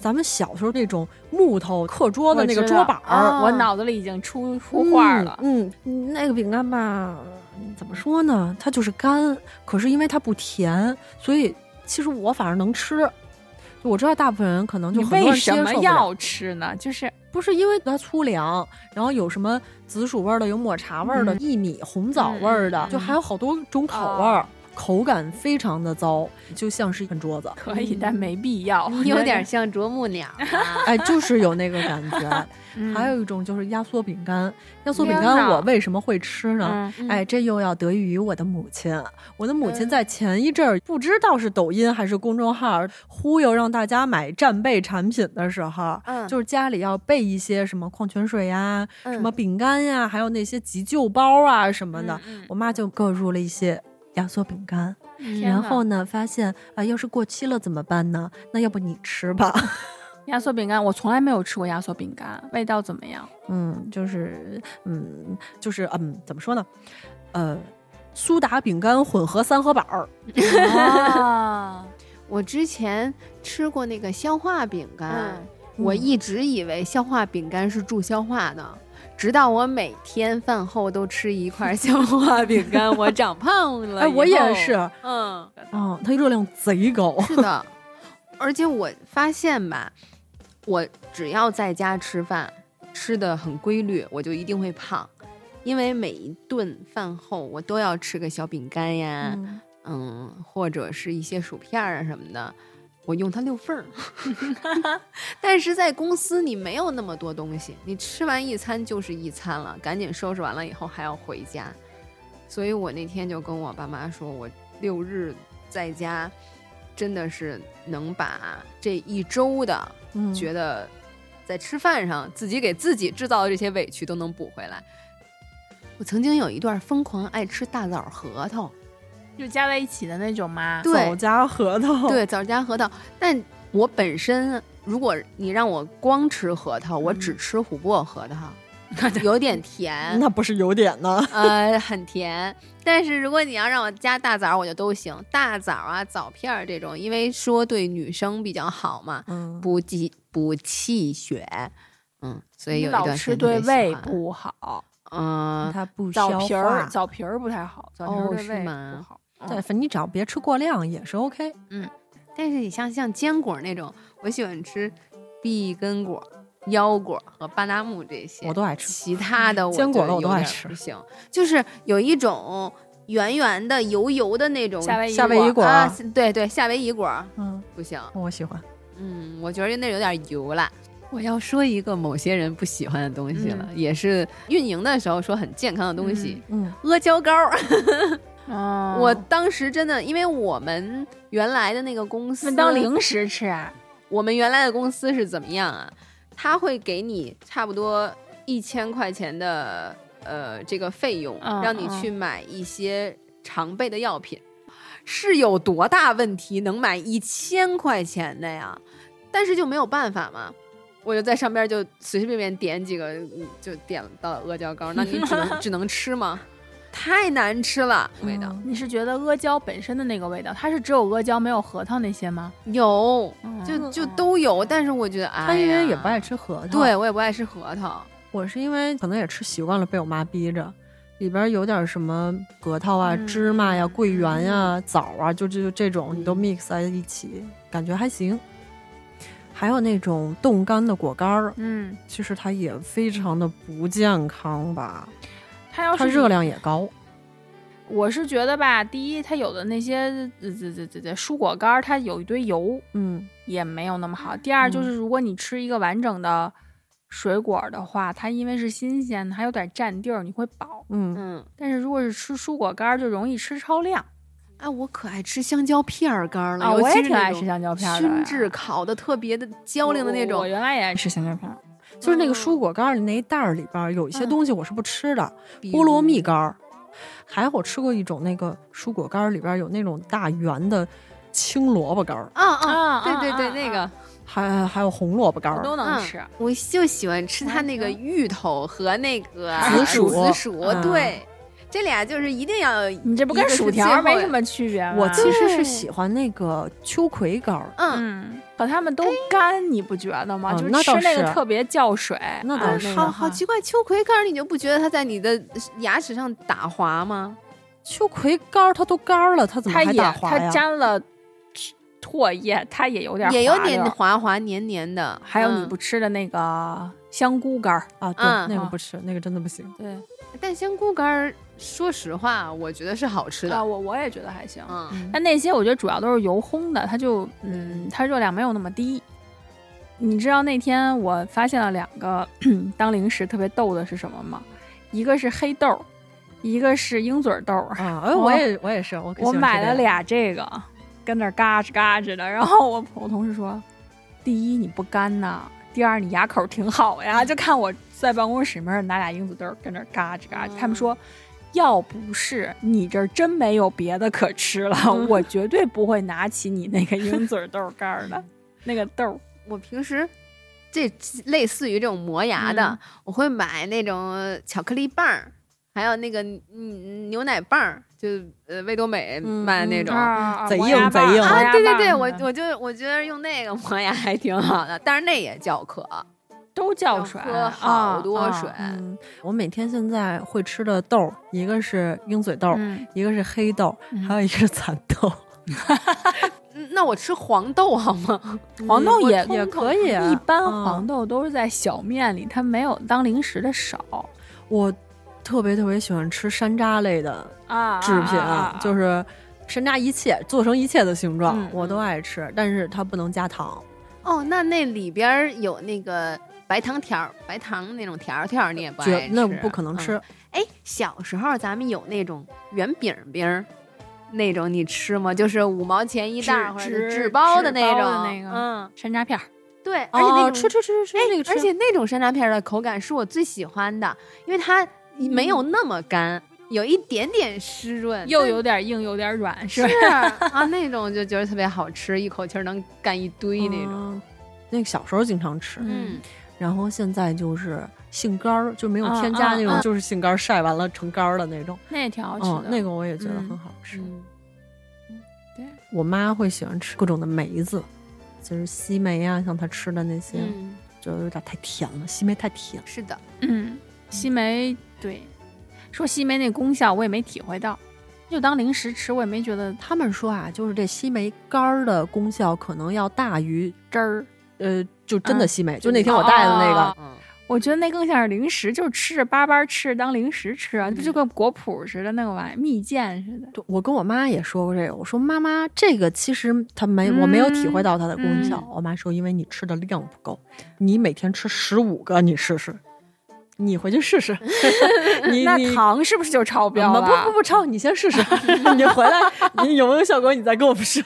S1: 咱们小时候那种木头课桌的那个桌板儿，
S2: 哦儿，我脑子里已经出出画了。
S1: 啊嗯。嗯，那个饼干吧，怎么说呢？它就是干，可是因为它不甜，所以其实我反而能吃。就我知道大部分人可能就
S2: 你
S1: 很多
S2: 为
S1: 人
S2: 什
S1: 接
S2: 么
S1: 受不了
S2: 要吃呢？就是
S1: 不是因为它粗粮，然后有什么紫薯味儿的，有抹茶味儿的，
S2: 嗯。
S1: 薏米、红枣味儿的，
S3: 嗯嗯嗯
S1: 就还有好多种口味儿，口感非常的糟，就像是一盆桌子。
S2: <laughs> 可以，但没必要。
S3: 嗯你有点像啄木鸟啊
S1: 哎，就是有那个感觉。
S2: <laughs> 嗯，
S1: 还有一种就是压缩饼干，压缩饼
S2: 天
S1: 干
S2: 哪
S1: 我为什么会吃呢？
S2: 嗯
S3: 嗯
S1: 哎，，这又要得益于我的母亲。啊我的母亲
S3: 嗯
S1: 在前一阵儿不知道是抖音还是公众号儿忽悠让大家买战备产品的时候，
S3: 嗯，
S1: 就是家里要备一些什么矿泉水呀、
S3: 嗯
S1: 什么饼干呀，还有那些急救包啊什么的。
S3: 嗯嗯
S1: 我妈就购入了一些压缩饼干，
S2: 天
S1: 然
S2: 哪
S1: 后呢，发现啊、要是过期了怎么办呢？那要不你吃吧。 <laughs>
S2: 压缩饼干，我从来没有吃过压缩饼干，味道怎么样？
S1: 嗯，就是嗯，就是嗯，怎么说呢？呃，苏打饼干混合三合板儿。
S2: 啊，
S3: 我之前吃过那个消化饼干，
S2: 嗯
S3: 我一直以为消化饼干是助消化的，直到我每天饭后都吃一块消化饼干，我长胖了。
S1: 哎，我也是，，
S3: 嗯，
S1: 嗯，它热量贼高。
S3: 是的，而且我发现吧，我只要在家吃饭，吃的很规律，我就一定会胖，因为每一顿饭后我都要吃个小饼干呀，
S1: 嗯
S3: 嗯或者是一些薯片儿啊什么的。我用它溜缝儿，但是在公司你没有那么多东西，你吃完一餐就是一餐了，赶紧收拾完了以后还要回家，所以我那天就跟我爸妈说，我六日在家真的是能把这一周的
S1: 嗯
S3: 觉得在吃饭上自己给自己制造的这些委屈都能补回来。我曾经有一段疯狂爱吃大枣核桃，
S2: 就加在一起的那种吗？
S3: 对
S1: 枣夹核桃，，
S3: 对枣加核桃，但我本身如果你让我光吃核桃，我只吃琥珀核 <laughs> 桃，有点 <laughs> 甜，
S1: 那不是有点呢？
S3: 呃，很甜。但是如果你要让我加大枣儿，我就都行，大枣儿啊、枣片儿这种，因为说对女生比较好嘛，
S1: 嗯，
S3: 补气补气血，嗯，所以有
S2: 你
S3: 一
S2: 老
S3: 段时
S2: 吃
S3: 间
S2: 对
S3: 特别喜
S2: 胃
S3: 欢，
S2: 不好，
S3: 嗯，
S1: 它不
S2: 枣
S1: 消
S2: 皮
S1: 化
S2: 儿枣皮儿不太好，枣皮
S3: 哦
S2: 儿对
S3: 是
S2: 胃
S3: 吗
S2: 不好。嗯
S1: 对，反正你只要别吃过量也是 OK。
S3: 但是你像像坚果那种，我喜欢吃碧根果、腰果和巴纳木这些，
S1: 我都爱吃。
S3: 其他的我
S1: 坚果
S3: 觉
S1: 类
S3: 得
S1: 我都
S3: 有
S1: 爱
S3: 点
S1: 吃
S3: 不行，就是有一种圆圆的、油油的那种
S2: 夏威夷
S1: 夏威夷果
S3: 啊，对对，夏威夷果儿
S1: 嗯，
S3: 不行。
S1: 我喜欢。
S3: 嗯，我觉得那有点油了。我要说一个某些人不喜欢的东西
S2: 嗯
S3: 了，也是运营的时候说很健康的东西，
S1: 嗯，
S3: 阿胶糕儿。
S2: 嗯，
S3: 我当时真的，因为我们原来的那个公司，
S2: 那当零食吃啊？
S3: 我们原来的公司是怎么样啊？他会给你差不多一千块钱的呃这个费用，
S2: 嗯
S3: 让你去买一些常备的药品，是有多大问题能买一千块钱的呀？但是就没有办法嘛。我就在上边就随随便便点几个，嗯就点到了阿胶糕，那你
S2: <laughs>
S3: 只能只能吃吗？太难吃了，味道、
S2: 你是觉得阿胶本身的那个味道，它是只有阿胶没有核桃那些吗？
S3: 有，
S2: 嗯
S3: 就就都有，但是我觉得，哦哎呀，
S1: 他因为也不爱吃核桃。，
S3: 对我也不爱吃核桃，
S1: 我是因为可能也吃习惯了，被我妈逼着。里边有点什么核桃啊、
S2: 嗯
S1: 芝麻呀、桂圆呀、枣啊，就就就这种，你都 mix 在一起，感觉还行。还有那种冻干的果干儿，
S2: 嗯，
S1: 其实它也非常的不健康吧，
S2: 它要是
S1: 它热量也高。
S2: 我是觉得吧，第一，它有的那些呃这这这这蔬果干儿，它有一堆油，
S1: 嗯，
S2: 也没有那么好。第二
S1: 嗯
S2: 就是，如果你吃一个完整的水果儿的话，它因为是新鲜的，还有点占地儿，你会饱。
S1: 嗯，
S3: 嗯，
S2: 但是如果是吃蔬果干儿，就容易吃超量
S3: 哎，我可爱吃香蕉片儿干儿了，
S2: 啊！
S3: 尤
S2: 我
S3: 其
S2: 也
S3: 是
S2: 挺
S3: 那
S2: 爱
S3: 种
S2: 吃香蕉片儿的呀，
S3: 熏制烤的特别的
S2: 我
S3: 焦亮的那
S2: 我我
S3: 种，
S2: 原来也爱吃香蕉片儿，
S1: 就是那个蔬果干儿里那一袋儿里边儿有一些
S2: 嗯
S1: 东西我是不吃的，
S3: 比
S1: 菠萝
S3: 如
S1: 蜜干儿，还有我吃过一种那个蔬果干儿里边儿有那种大圆的青萝卜干儿，
S3: 啊啊，
S2: 啊
S3: 对对
S2: 啊
S3: 对，
S2: 啊
S3: 那个
S2: 啊
S1: 还还有红萝卜干
S2: 我
S1: 儿。
S2: 都能
S3: 嗯
S2: 吃。
S3: 我
S2: 嗯
S3: 就喜欢吃它那个芋头和那个
S1: 紫薯
S2: 啊
S3: 紫薯，
S1: 嗯
S3: 对，这俩就是一定要嗯
S2: 你这不跟
S3: 一个是
S2: 薯
S3: 最
S2: 条
S3: 后
S2: 没什么区别吗？
S1: 我其实是喜欢那个秋葵糕儿，
S3: 嗯，
S2: 嗯，可他们都干，你不觉得吗？
S1: 哦
S2: 就
S1: 那
S2: 吃
S1: 倒
S2: 那个
S1: 是
S2: 特别叫水，
S1: 那倒
S2: 啊
S1: 是
S3: 好
S2: 个
S3: 好
S2: 哈
S3: 奇怪，秋葵干儿你就不觉得它在你的牙齿上打滑吗？
S1: 秋葵糕儿它都干儿了，它怎么
S2: 它
S1: 还
S2: 也
S1: 打滑
S2: 它
S1: 呀？
S2: 沾了唾液，它也有点
S3: 也有
S2: 滑
S3: 点
S2: 溜
S3: 滑滑黏黏的。
S2: 还有你
S3: 嗯
S2: 不吃的那个香菇干儿，
S1: 啊，对，
S3: 嗯
S1: 那个
S2: 啊
S1: 不吃，那个真的不行。
S2: 对
S3: 但香菇干儿，说实话，我觉得是好吃
S2: 啊，
S3: 的。
S2: 我我也觉得还行。
S3: 嗯，
S1: 嗯
S2: 但那些我觉得主要都是油烘的，它就嗯，它热量没有那么低。你知道那天我发现了两个 <clears throat> 当零食特别逗的是什么吗？一个是黑豆儿，一个是鹰嘴豆儿。
S1: 啊，哎，
S2: 我
S1: 我也我也是，我可喜
S2: 我
S1: 欢吃
S2: 买
S1: 这
S2: 了
S1: 个，
S2: 俩这个，跟那儿嘎吱嘎吱的。然后我我同事说，第一你不干呐，第二你牙口挺好呀。就看我在办公室门儿拿俩鹰嘴豆儿跟那儿嘎吱嘎吱。他们说，要不是你这儿真没有别的可吃了，我绝对不会拿起你那个鹰嘴豆儿干儿的那个豆儿。
S3: 我平时这类似于这种磨牙的，
S2: 嗯
S3: 我会买那种巧克力棒儿，还有那个嗯牛奶棒儿，就呃维多美
S1: 嗯
S3: 卖的那
S1: 嗯
S3: 种。
S2: 啊
S1: 贼
S2: 磨牙
S1: 硬贼
S2: 棒
S1: 硬
S2: 磨
S3: 啊，
S2: 牙
S3: 对对
S2: 棒
S3: 对，
S2: 什
S3: 我
S2: 么的
S3: 我就我觉得用那个磨牙还挺好的，但是那也叫渴，
S2: 都
S3: 要
S2: 叫水，
S3: 喝好多
S2: 啊
S3: 水。
S2: 啊
S1: 嗯，我每天现在会吃的豆儿，一个是鹰嘴豆儿，
S2: 嗯，
S1: 一个是黑豆儿，
S2: 嗯
S1: 还有一个是蚕豆。
S3: 嗯那我吃黄豆好吗？
S2: <laughs> 黄豆
S1: 我
S2: 也啊
S1: 也可以，
S2: 一般
S1: 嗯
S2: 黄豆都是在小面里，它没有当零食的少
S1: 我特别特别喜欢吃山楂类的
S2: 啊
S1: 制品啊，就是是山楂一切做成一切的形状
S2: 嗯，
S1: 我都爱吃，但是它不能加糖。
S3: 哦，那那里边儿有那个白糖条儿、白糖那种条儿条儿，你也不爱
S1: 绝
S3: 吃，
S1: 那不可能吃
S3: 嗯。哎、小时候咱们有那种圆饼饼儿，那种你吃吗？就是五毛钱一袋儿，
S2: 纸
S3: 或者
S2: 纸
S3: 是纸包的
S2: 纸
S3: 那
S2: 包
S3: 种。
S2: 的那个
S3: 嗯，
S2: 山楂片儿，
S3: 对，而且那种、哎
S1: 哦吃吃吃吃吃那个吃，
S3: 而且那种山楂片儿的口感是我最喜欢的，因为它没有那么干，有一点点湿润，
S2: 又
S3: 但
S2: 有点硬，有点软，是吧？
S3: 是啊，那种就觉得特别好吃，一口气儿能干一堆那种。
S1: 嗯那个小时候经常吃，
S2: 嗯
S3: 嗯，
S1: 然后现在就是杏干儿，就没有
S2: 啊
S1: 添加
S2: 啊
S1: 那种
S2: 啊，
S1: 就是杏干儿晒完了成干儿的那种。
S2: 那也挺好吃
S1: 嗯
S2: 的，，
S1: 那个我也觉得
S2: 嗯
S1: 很好吃。
S3: 嗯
S1: 我妈会喜欢吃各种的梅子，就是西梅啊，像她吃的那些，
S3: 嗯，
S1: 就有点太甜了，西梅太甜。
S3: 是的，
S2: 嗯，西梅对，说西梅那功效我也没体会到，就当零食吃，我也没觉得
S1: 他们说啊，就是这西梅干儿的功效可能要大于
S2: 汁儿，
S1: 呃，就真的
S2: 嗯
S3: 啊
S1: 西梅，就那天我带的那个，
S2: 哦
S3: 嗯，
S2: 我觉得那更像是零食，就是吃着巴巴吃着当零食吃啊，
S3: 嗯
S2: 不就跟果脯似的那个玩意儿，蜜饯似的。
S1: 对我跟我妈也说过这个，我说妈妈，这个其实它没，
S3: 嗯
S1: 我没有体会到它的功效。
S2: 嗯
S1: 我妈说，因为你吃的量不够，你每天吃十五个，你试试，你回去试
S3: <laughs>
S1: 试，你
S2: 那
S1: 你。
S2: 糖是不是就超标了？啊
S1: 不不不超，你先试试， <laughs> 你回来你有没有效果，你再跟我们说。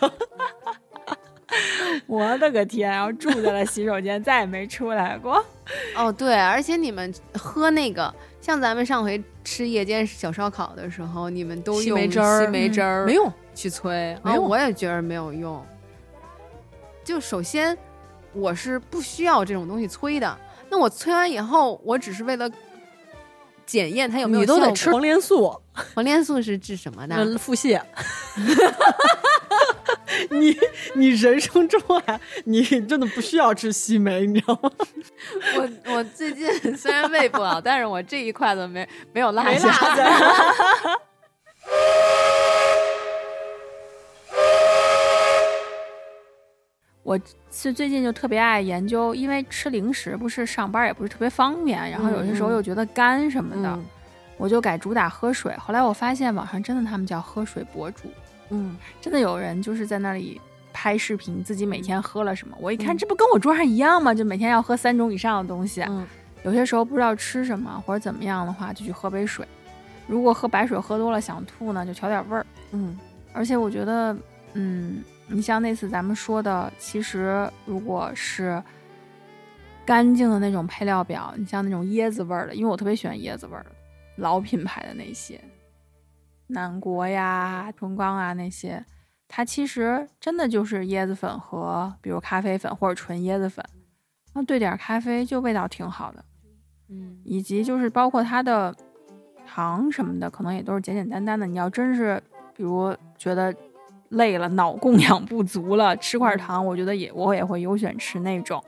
S2: 我的个天！然后住在了洗手间，再也没出来过。
S3: 哦对，而且你们喝那个，像咱们上回吃夜间小烧烤的时候，你们都
S1: 西
S3: 用
S1: 梅汁儿
S3: 西梅
S2: 嗯
S3: 汁儿
S1: 没用，
S3: 去催，
S1: 没
S3: 啊
S1: 用
S3: 我也觉得没有用。就首先，我是不需要这种东西催的。那我催完以后，我只是为了检验 <laughs> 它有没有
S1: 你都
S3: 效
S1: 得
S3: 果
S1: 吃黄连素，
S3: 黄连素是治什么的？
S1: 呃腹泻。你你人生中啊，你真的不需要吃西梅，你知道吗？
S3: <laughs> 我我最近 <laughs> 虽然胃不好，但是我这一筷子没没有落
S1: 没 <laughs>
S3: 下。
S1: 辣
S2: 我是最近就特别爱研究，因为吃零食不是上班也不是特别方便，然后有些时
S1: 嗯
S2: 候
S1: 嗯
S2: 又觉得干什么的，
S1: 嗯
S2: 我就改主打喝水。后来我发现网上真的他们叫喝水博主，
S1: 嗯，
S2: 真的有人就是在那里拍视频，自己每天喝了什么。我一看，这不跟我桌上一样吗？就每天要喝三种以上的东西。啊
S1: 嗯
S2: 有些时候不知道吃什么或者怎么样的话，就去喝杯水。如果喝白水喝多了想吐呢，就调点味儿。
S1: 嗯
S2: 而且我觉得，嗯，你像那次咱们说的，其实如果是干净的那种配料表，你像那种椰子味儿的，因为我特别喜欢椰子味儿的，老品牌的那些，南国呀、春光啊那些，它其实真的就是椰子粉和比如咖啡粉或者纯椰子粉，那兑点儿咖啡就味道挺好的。
S3: 嗯
S2: 以及就是包括它的糖什么的，可能也都是简简单单的。你要真是比如觉得累了，脑供氧不足了，吃块糖，我觉得也我也会优选吃那种。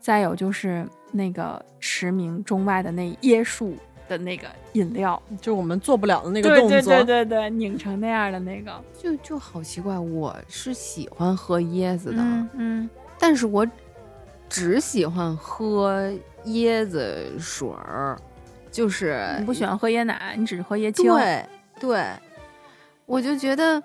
S2: 再有就是那个驰名中外的那椰树的那个饮料，
S1: 就是我们做不了的那
S2: 那
S1: 个动作，
S2: 嗯对对对对，拧成那样的那个，
S3: 就就好奇怪，我是喜欢喝椰子的，
S2: 嗯嗯，
S3: 但是我只喜欢喝椰子水儿，就是
S2: 你不喜欢喝椰奶，你只喝椰青，
S3: 嗯
S2: 哦
S3: 对对，我就觉得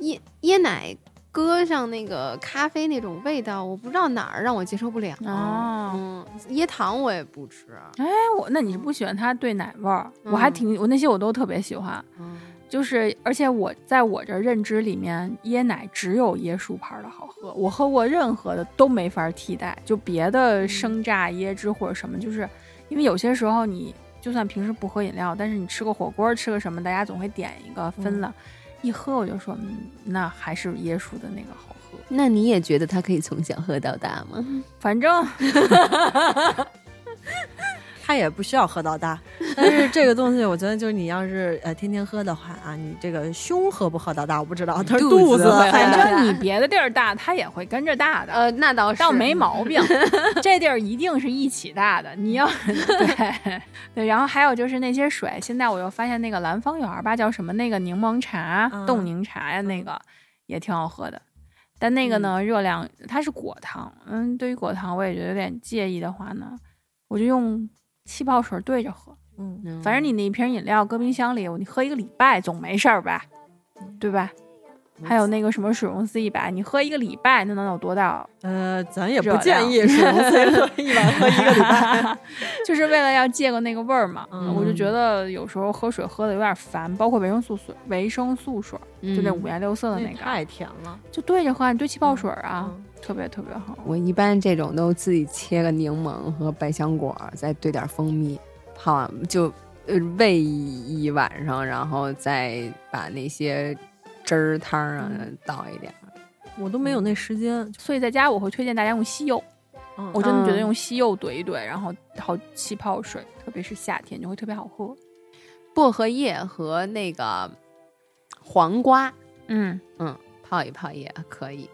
S3: 椰椰奶搁上那个咖啡那种味道，我不知道哪儿让我接受不了。
S2: 哦
S3: 嗯，椰糖我也不吃。
S2: 哎，我那你是不喜欢它对奶味儿？
S3: 嗯
S2: 我还挺，我那些我都特别喜欢，
S3: 嗯，
S2: 就是而且我在我这认知里面，椰奶只有椰树牌的好喝，我喝过任何的都没法替代，就别
S3: 嗯
S2: 的生榨椰汁或者什么，就是因为有些时候你就算平时不喝饮料，但是你吃个火锅吃个什么，大家总会点一个
S3: 嗯
S2: 分了，一喝我就说，嗯，那还是椰树的那个好喝。
S3: 那你也觉得它可以从小喝到大吗？
S2: 反正
S1: 它也不需要喝到大。但是这个东西，我觉得就是你要是呃天天喝的话啊，你这个胸喝不喝到大我不知道，但是
S3: 肚
S1: 子
S3: 子会
S1: 还
S2: 反
S3: 大
S2: 正你别的地儿大，它也会跟着大的。
S3: 呃，那倒是，
S2: 倒没毛病，这地儿一定是一起大的。你要对对，然后还有就是那些水，现在我又发现那个兰芳园儿吧，叫什么那个柠檬茶、
S1: 嗯
S2: 冻柠茶呀，那个也挺好喝的。但那个呢，热量它是果糖，嗯，对于果糖我也觉得有点介意的话呢，我就用气泡水兑着喝。
S1: 嗯，
S3: 嗯，
S2: 反正你那瓶饮料搁冰箱里，你喝一个礼拜总没事儿吧，
S1: 嗯
S2: 对吧？还有那个什么水溶 C 一百，你喝一个礼拜，那能有多大
S1: 呃，咱也
S2: 热
S1: 不
S2: 量
S1: 建议
S2: <laughs>
S1: 水溶 C 喝一碗喝一个礼拜。
S2: 就是为了要戒个那个味儿嘛。
S1: 嗯
S2: 我就觉得有时候喝水喝的有点烦，包括维生素水、维生素水，就那
S3: 嗯
S2: 五颜六色的那
S1: 那
S2: 个，
S1: 太甜了
S2: 就对着喝啊，你兑气泡水啊，
S1: 嗯
S2: 特别特别好。
S3: 我一般这种都自己切个柠檬和百香果，再兑点蜂蜜，泡完就呃喂一一晚上，然后再把那些汁儿汤啊
S2: 嗯
S3: 倒一点。
S1: 我都没有那时间。
S2: 所以在家我会推荐大家用西柚，
S1: 嗯
S2: 我真的觉得
S3: 嗯
S2: 用西柚兑一兑，然后泡气泡水，特别是夏天就会特别好喝。
S3: 薄荷叶和那个黄瓜，
S2: 嗯，
S3: 嗯，泡一泡也可
S2: <laughs>
S3: 以。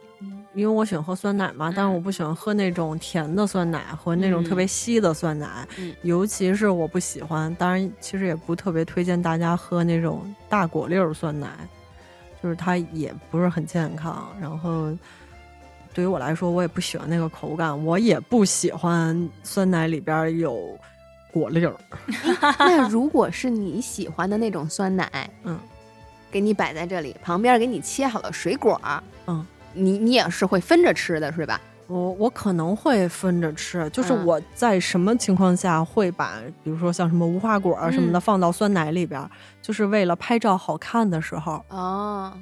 S1: 因为我喜欢喝酸奶嘛，但是我不喜欢喝那种甜的酸奶和那种特别稀的酸奶，
S3: 嗯
S1: 尤其是我不喜欢。当然，其实也不特别推荐大家喝那种大果粒儿酸奶，就是它也不是很健康。然后，对于我来说，我也不喜欢那个口感，我也不喜欢酸奶里边儿有果粒儿。
S3: 那如果是你喜欢的那种酸奶，
S1: 嗯，
S3: 给你摆在这里，旁边给你切好了水果，
S1: 嗯，
S3: 你你也是会分着吃的是吧？
S1: 我我可能会分着吃，就是
S3: 嗯
S1: 我在什么情况下会把，比如说像什么无花果啊什么的
S2: 嗯
S1: 放到酸奶里边儿，就是为了拍照好看的时候。
S3: 哦，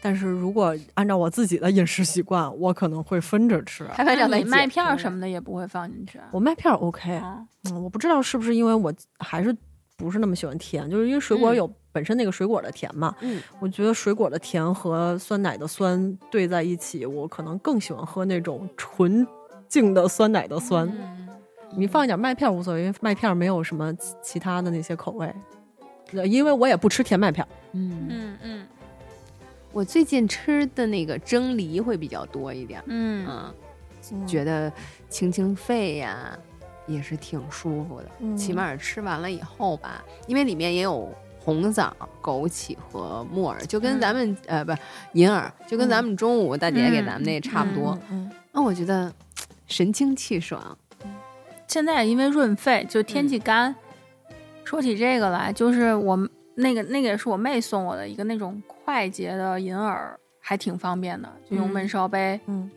S1: 但是如果按照我自己的饮食习惯，我可能会分着吃。
S3: 拍拍照
S2: 那
S3: 再
S2: 你麦
S3: 解
S2: 片
S3: 释
S2: 儿什么的也不会放进去啊。
S1: 我麦片儿 OK，、
S2: 嗯
S1: 嗯，我不知道是不是因为我还是不是那么喜欢甜，就是因为水果
S2: 嗯
S1: 有本身那个水果的甜嘛，
S3: 嗯，
S1: 我觉得水果的甜和酸奶的酸兑在一起，我可能更喜欢喝那种纯净的酸奶的酸。
S2: 嗯
S1: 你放一点麦片儿无所谓，因为麦片儿没有什么其其他的那些口味。呃因为我也不吃甜麦片儿，
S3: 嗯，
S2: 嗯嗯
S3: 我最近吃的那个蒸梨会比较多一点，
S2: 嗯，
S3: 嗯，觉得清清肺呀，也是挺舒服的。
S1: 嗯
S3: 起码吃完了以后吧，因为里面也有红枣、枸杞和木耳，就跟
S2: 嗯
S3: 咱们、呃不银耳，就跟咱们中午大姐给咱们那差不多。
S1: 嗯
S3: 那、我觉得嘖神清气爽，
S2: 现在因为润肺，就天气干。说起这个来，就是我们那个那个也是我妹送我的一个那种快捷的银耳，还挺方便的，就
S1: 嗯
S2: 用焖烧杯，
S1: 嗯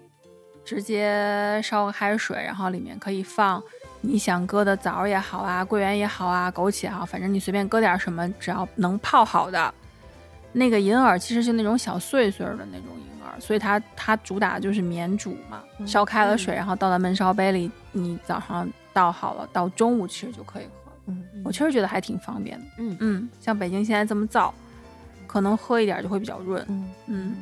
S2: 直接烧个开水，然后里面可以放你想搁的枣儿也好啊，桂圆也好啊，枸杞也好，反正你随便搁点什么，只要能泡好的。那个银耳其实就那种小碎碎儿的那种银耳，所以它它主打就是免煮嘛，烧开了水，然后倒在焖烧杯里，你早上倒好了，到中午吃就可以喝。
S1: 嗯
S2: 我确实觉得还挺方便的。
S3: 嗯
S2: 嗯，像北京现在这么燥，可能喝一点就会比较润。
S1: 嗯
S2: 嗯，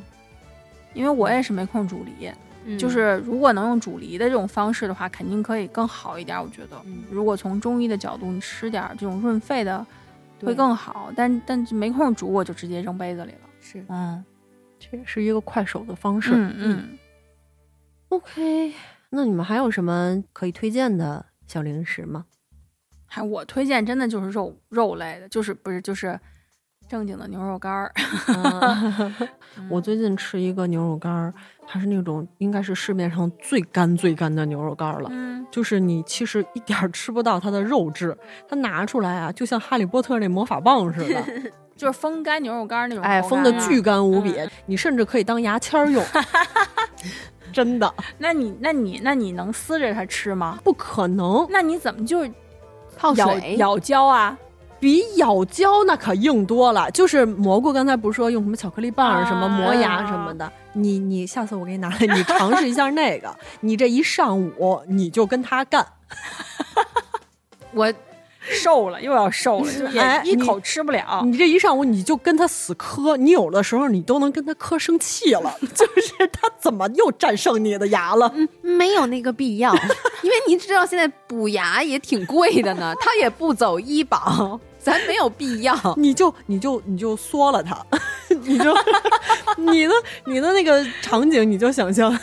S2: 因为我也是没空煮梨，
S3: 嗯
S2: 就是如果能用煮梨的这种方式的话，肯定可以更好一点。我觉得，
S3: 嗯
S2: 如果从中医的角度，你吃点儿这种润肺的会更好。但但没空煮，我就直接扔杯子里了。
S3: 是
S2: 嗯
S1: 这也是一个快手的方式。
S2: 嗯嗯，
S4: OK，那你们还有什么可以推荐的小零食
S1: <laughs>
S4: 吗？
S2: 还我推荐真的就是肉肉类的，就是不是就是正经的牛肉干儿。 <laughs>
S1: 我最近吃一个牛肉干儿，它是那种应该是市面上最干最干的牛肉干儿了。
S2: 嗯
S1: 就是你其实一点儿吃不到它的肉质，它拿出来啊，就像哈利波特那魔法棒似的，
S2: 就是风干牛肉干儿那种口感
S1: 哎，
S2: 啊，
S1: 封的巨干无比，你甚至可以当牙签儿用，真的
S2: 那你那你那你能撕着它吃吗？
S1: 不可能，
S2: 那你怎么就
S3: 泡
S2: 咬
S3: 水，
S2: 咬胶啊？
S1: 比咬胶那可硬多了。就是蘑菇，刚才不是说用什么巧克力棒儿、什么磨牙什么的，你你下次我给你拿来，你尝试一下那个，你这一上午你就跟他干，
S3: 我
S2: 瘦了又要瘦
S1: <laughs>
S2: 了，就也
S1: 哎
S2: 一
S1: 你
S2: 口吃不了。
S1: 你这一上午你就跟他死磕，你有的时候你都能跟他磕生气了， <laughs> 就是他怎么又战胜你的牙了？
S3: 嗯没有那个必要，因为您知道现在补牙也挺贵的呢，他也不走医保，咱没有必要。
S1: 你就你就你就缩了他， <laughs> 你就你的你的那个场景，你就想象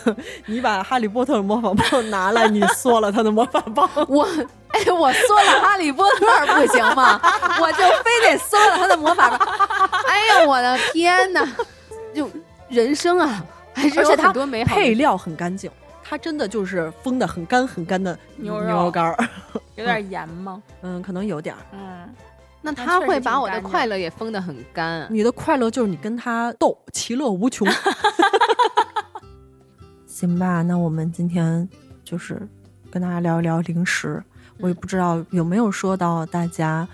S1: 你把哈利波特的魔法棒拿来，你缩了他的魔法棒，
S3: 我哎，我缩了哈利波特不行吗？我就非得缩了他的魔法棒。哎呦，我的天哪！就人生啊，还是
S1: 而
S3: 有
S1: 且它
S3: 很多美
S1: <laughs>
S3: 好的
S1: 配料很干净，它真的就是封的很干很干的
S2: 牛肉
S1: 牛肉干儿，
S2: 有点盐吗？
S1: 嗯，可能有点儿。
S2: 嗯，
S3: 那
S2: 那
S3: 他
S2: 确实
S3: 会
S2: 挺
S3: 把我的
S2: 干净
S3: 快乐也封得很干。啊
S1: 你的快乐就是你跟他斗，其乐无穷。 <laughs> 行吧，那我们今天就是跟大家聊一聊零食，我也不知道有没有说到大家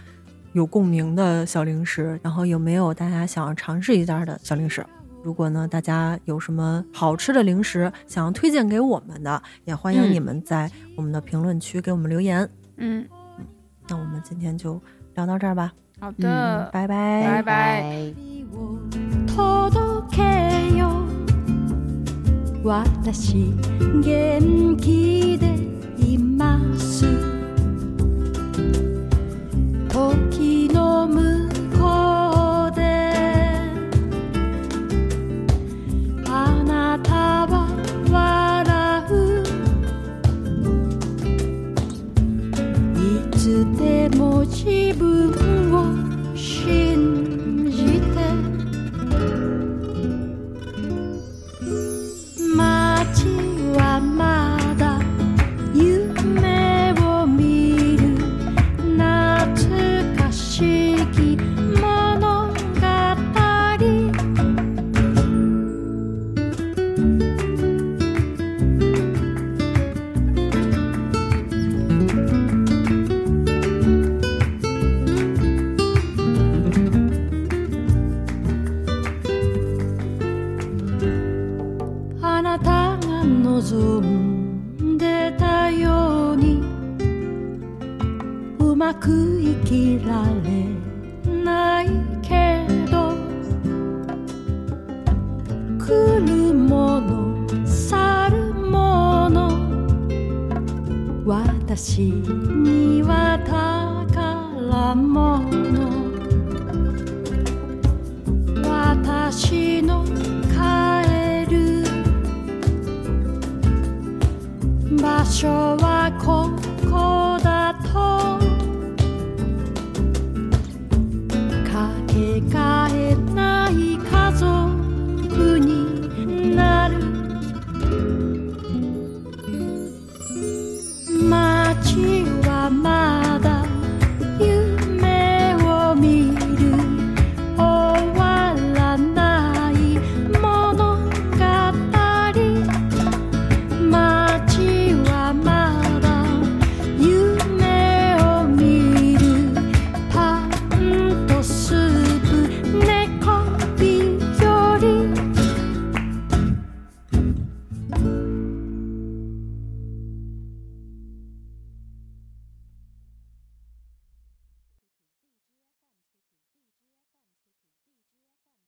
S1: 有共鸣的小零食，然后有没有大家想要尝试一下的小零食。如果呢，大家有什么好吃的零食想要推荐给我们的，也欢迎
S2: 嗯
S1: 你们在我们的评论区给我们留言。
S2: 嗯，
S1: 那我们今天就聊到这儿吧，
S2: 好的，
S1: 拜
S2: 嗯
S1: 拜。
S2: 拜拜
S5: 届けよ私元気でいます時の向こうであなたは笑ういつでも自分を信じて街はまだ夢を見る懐かしき物語あなたが望んでたようにうまく生きられないけど来るもの去るもの私には宝物私の帰る場所はここだとかけがえない家族になる街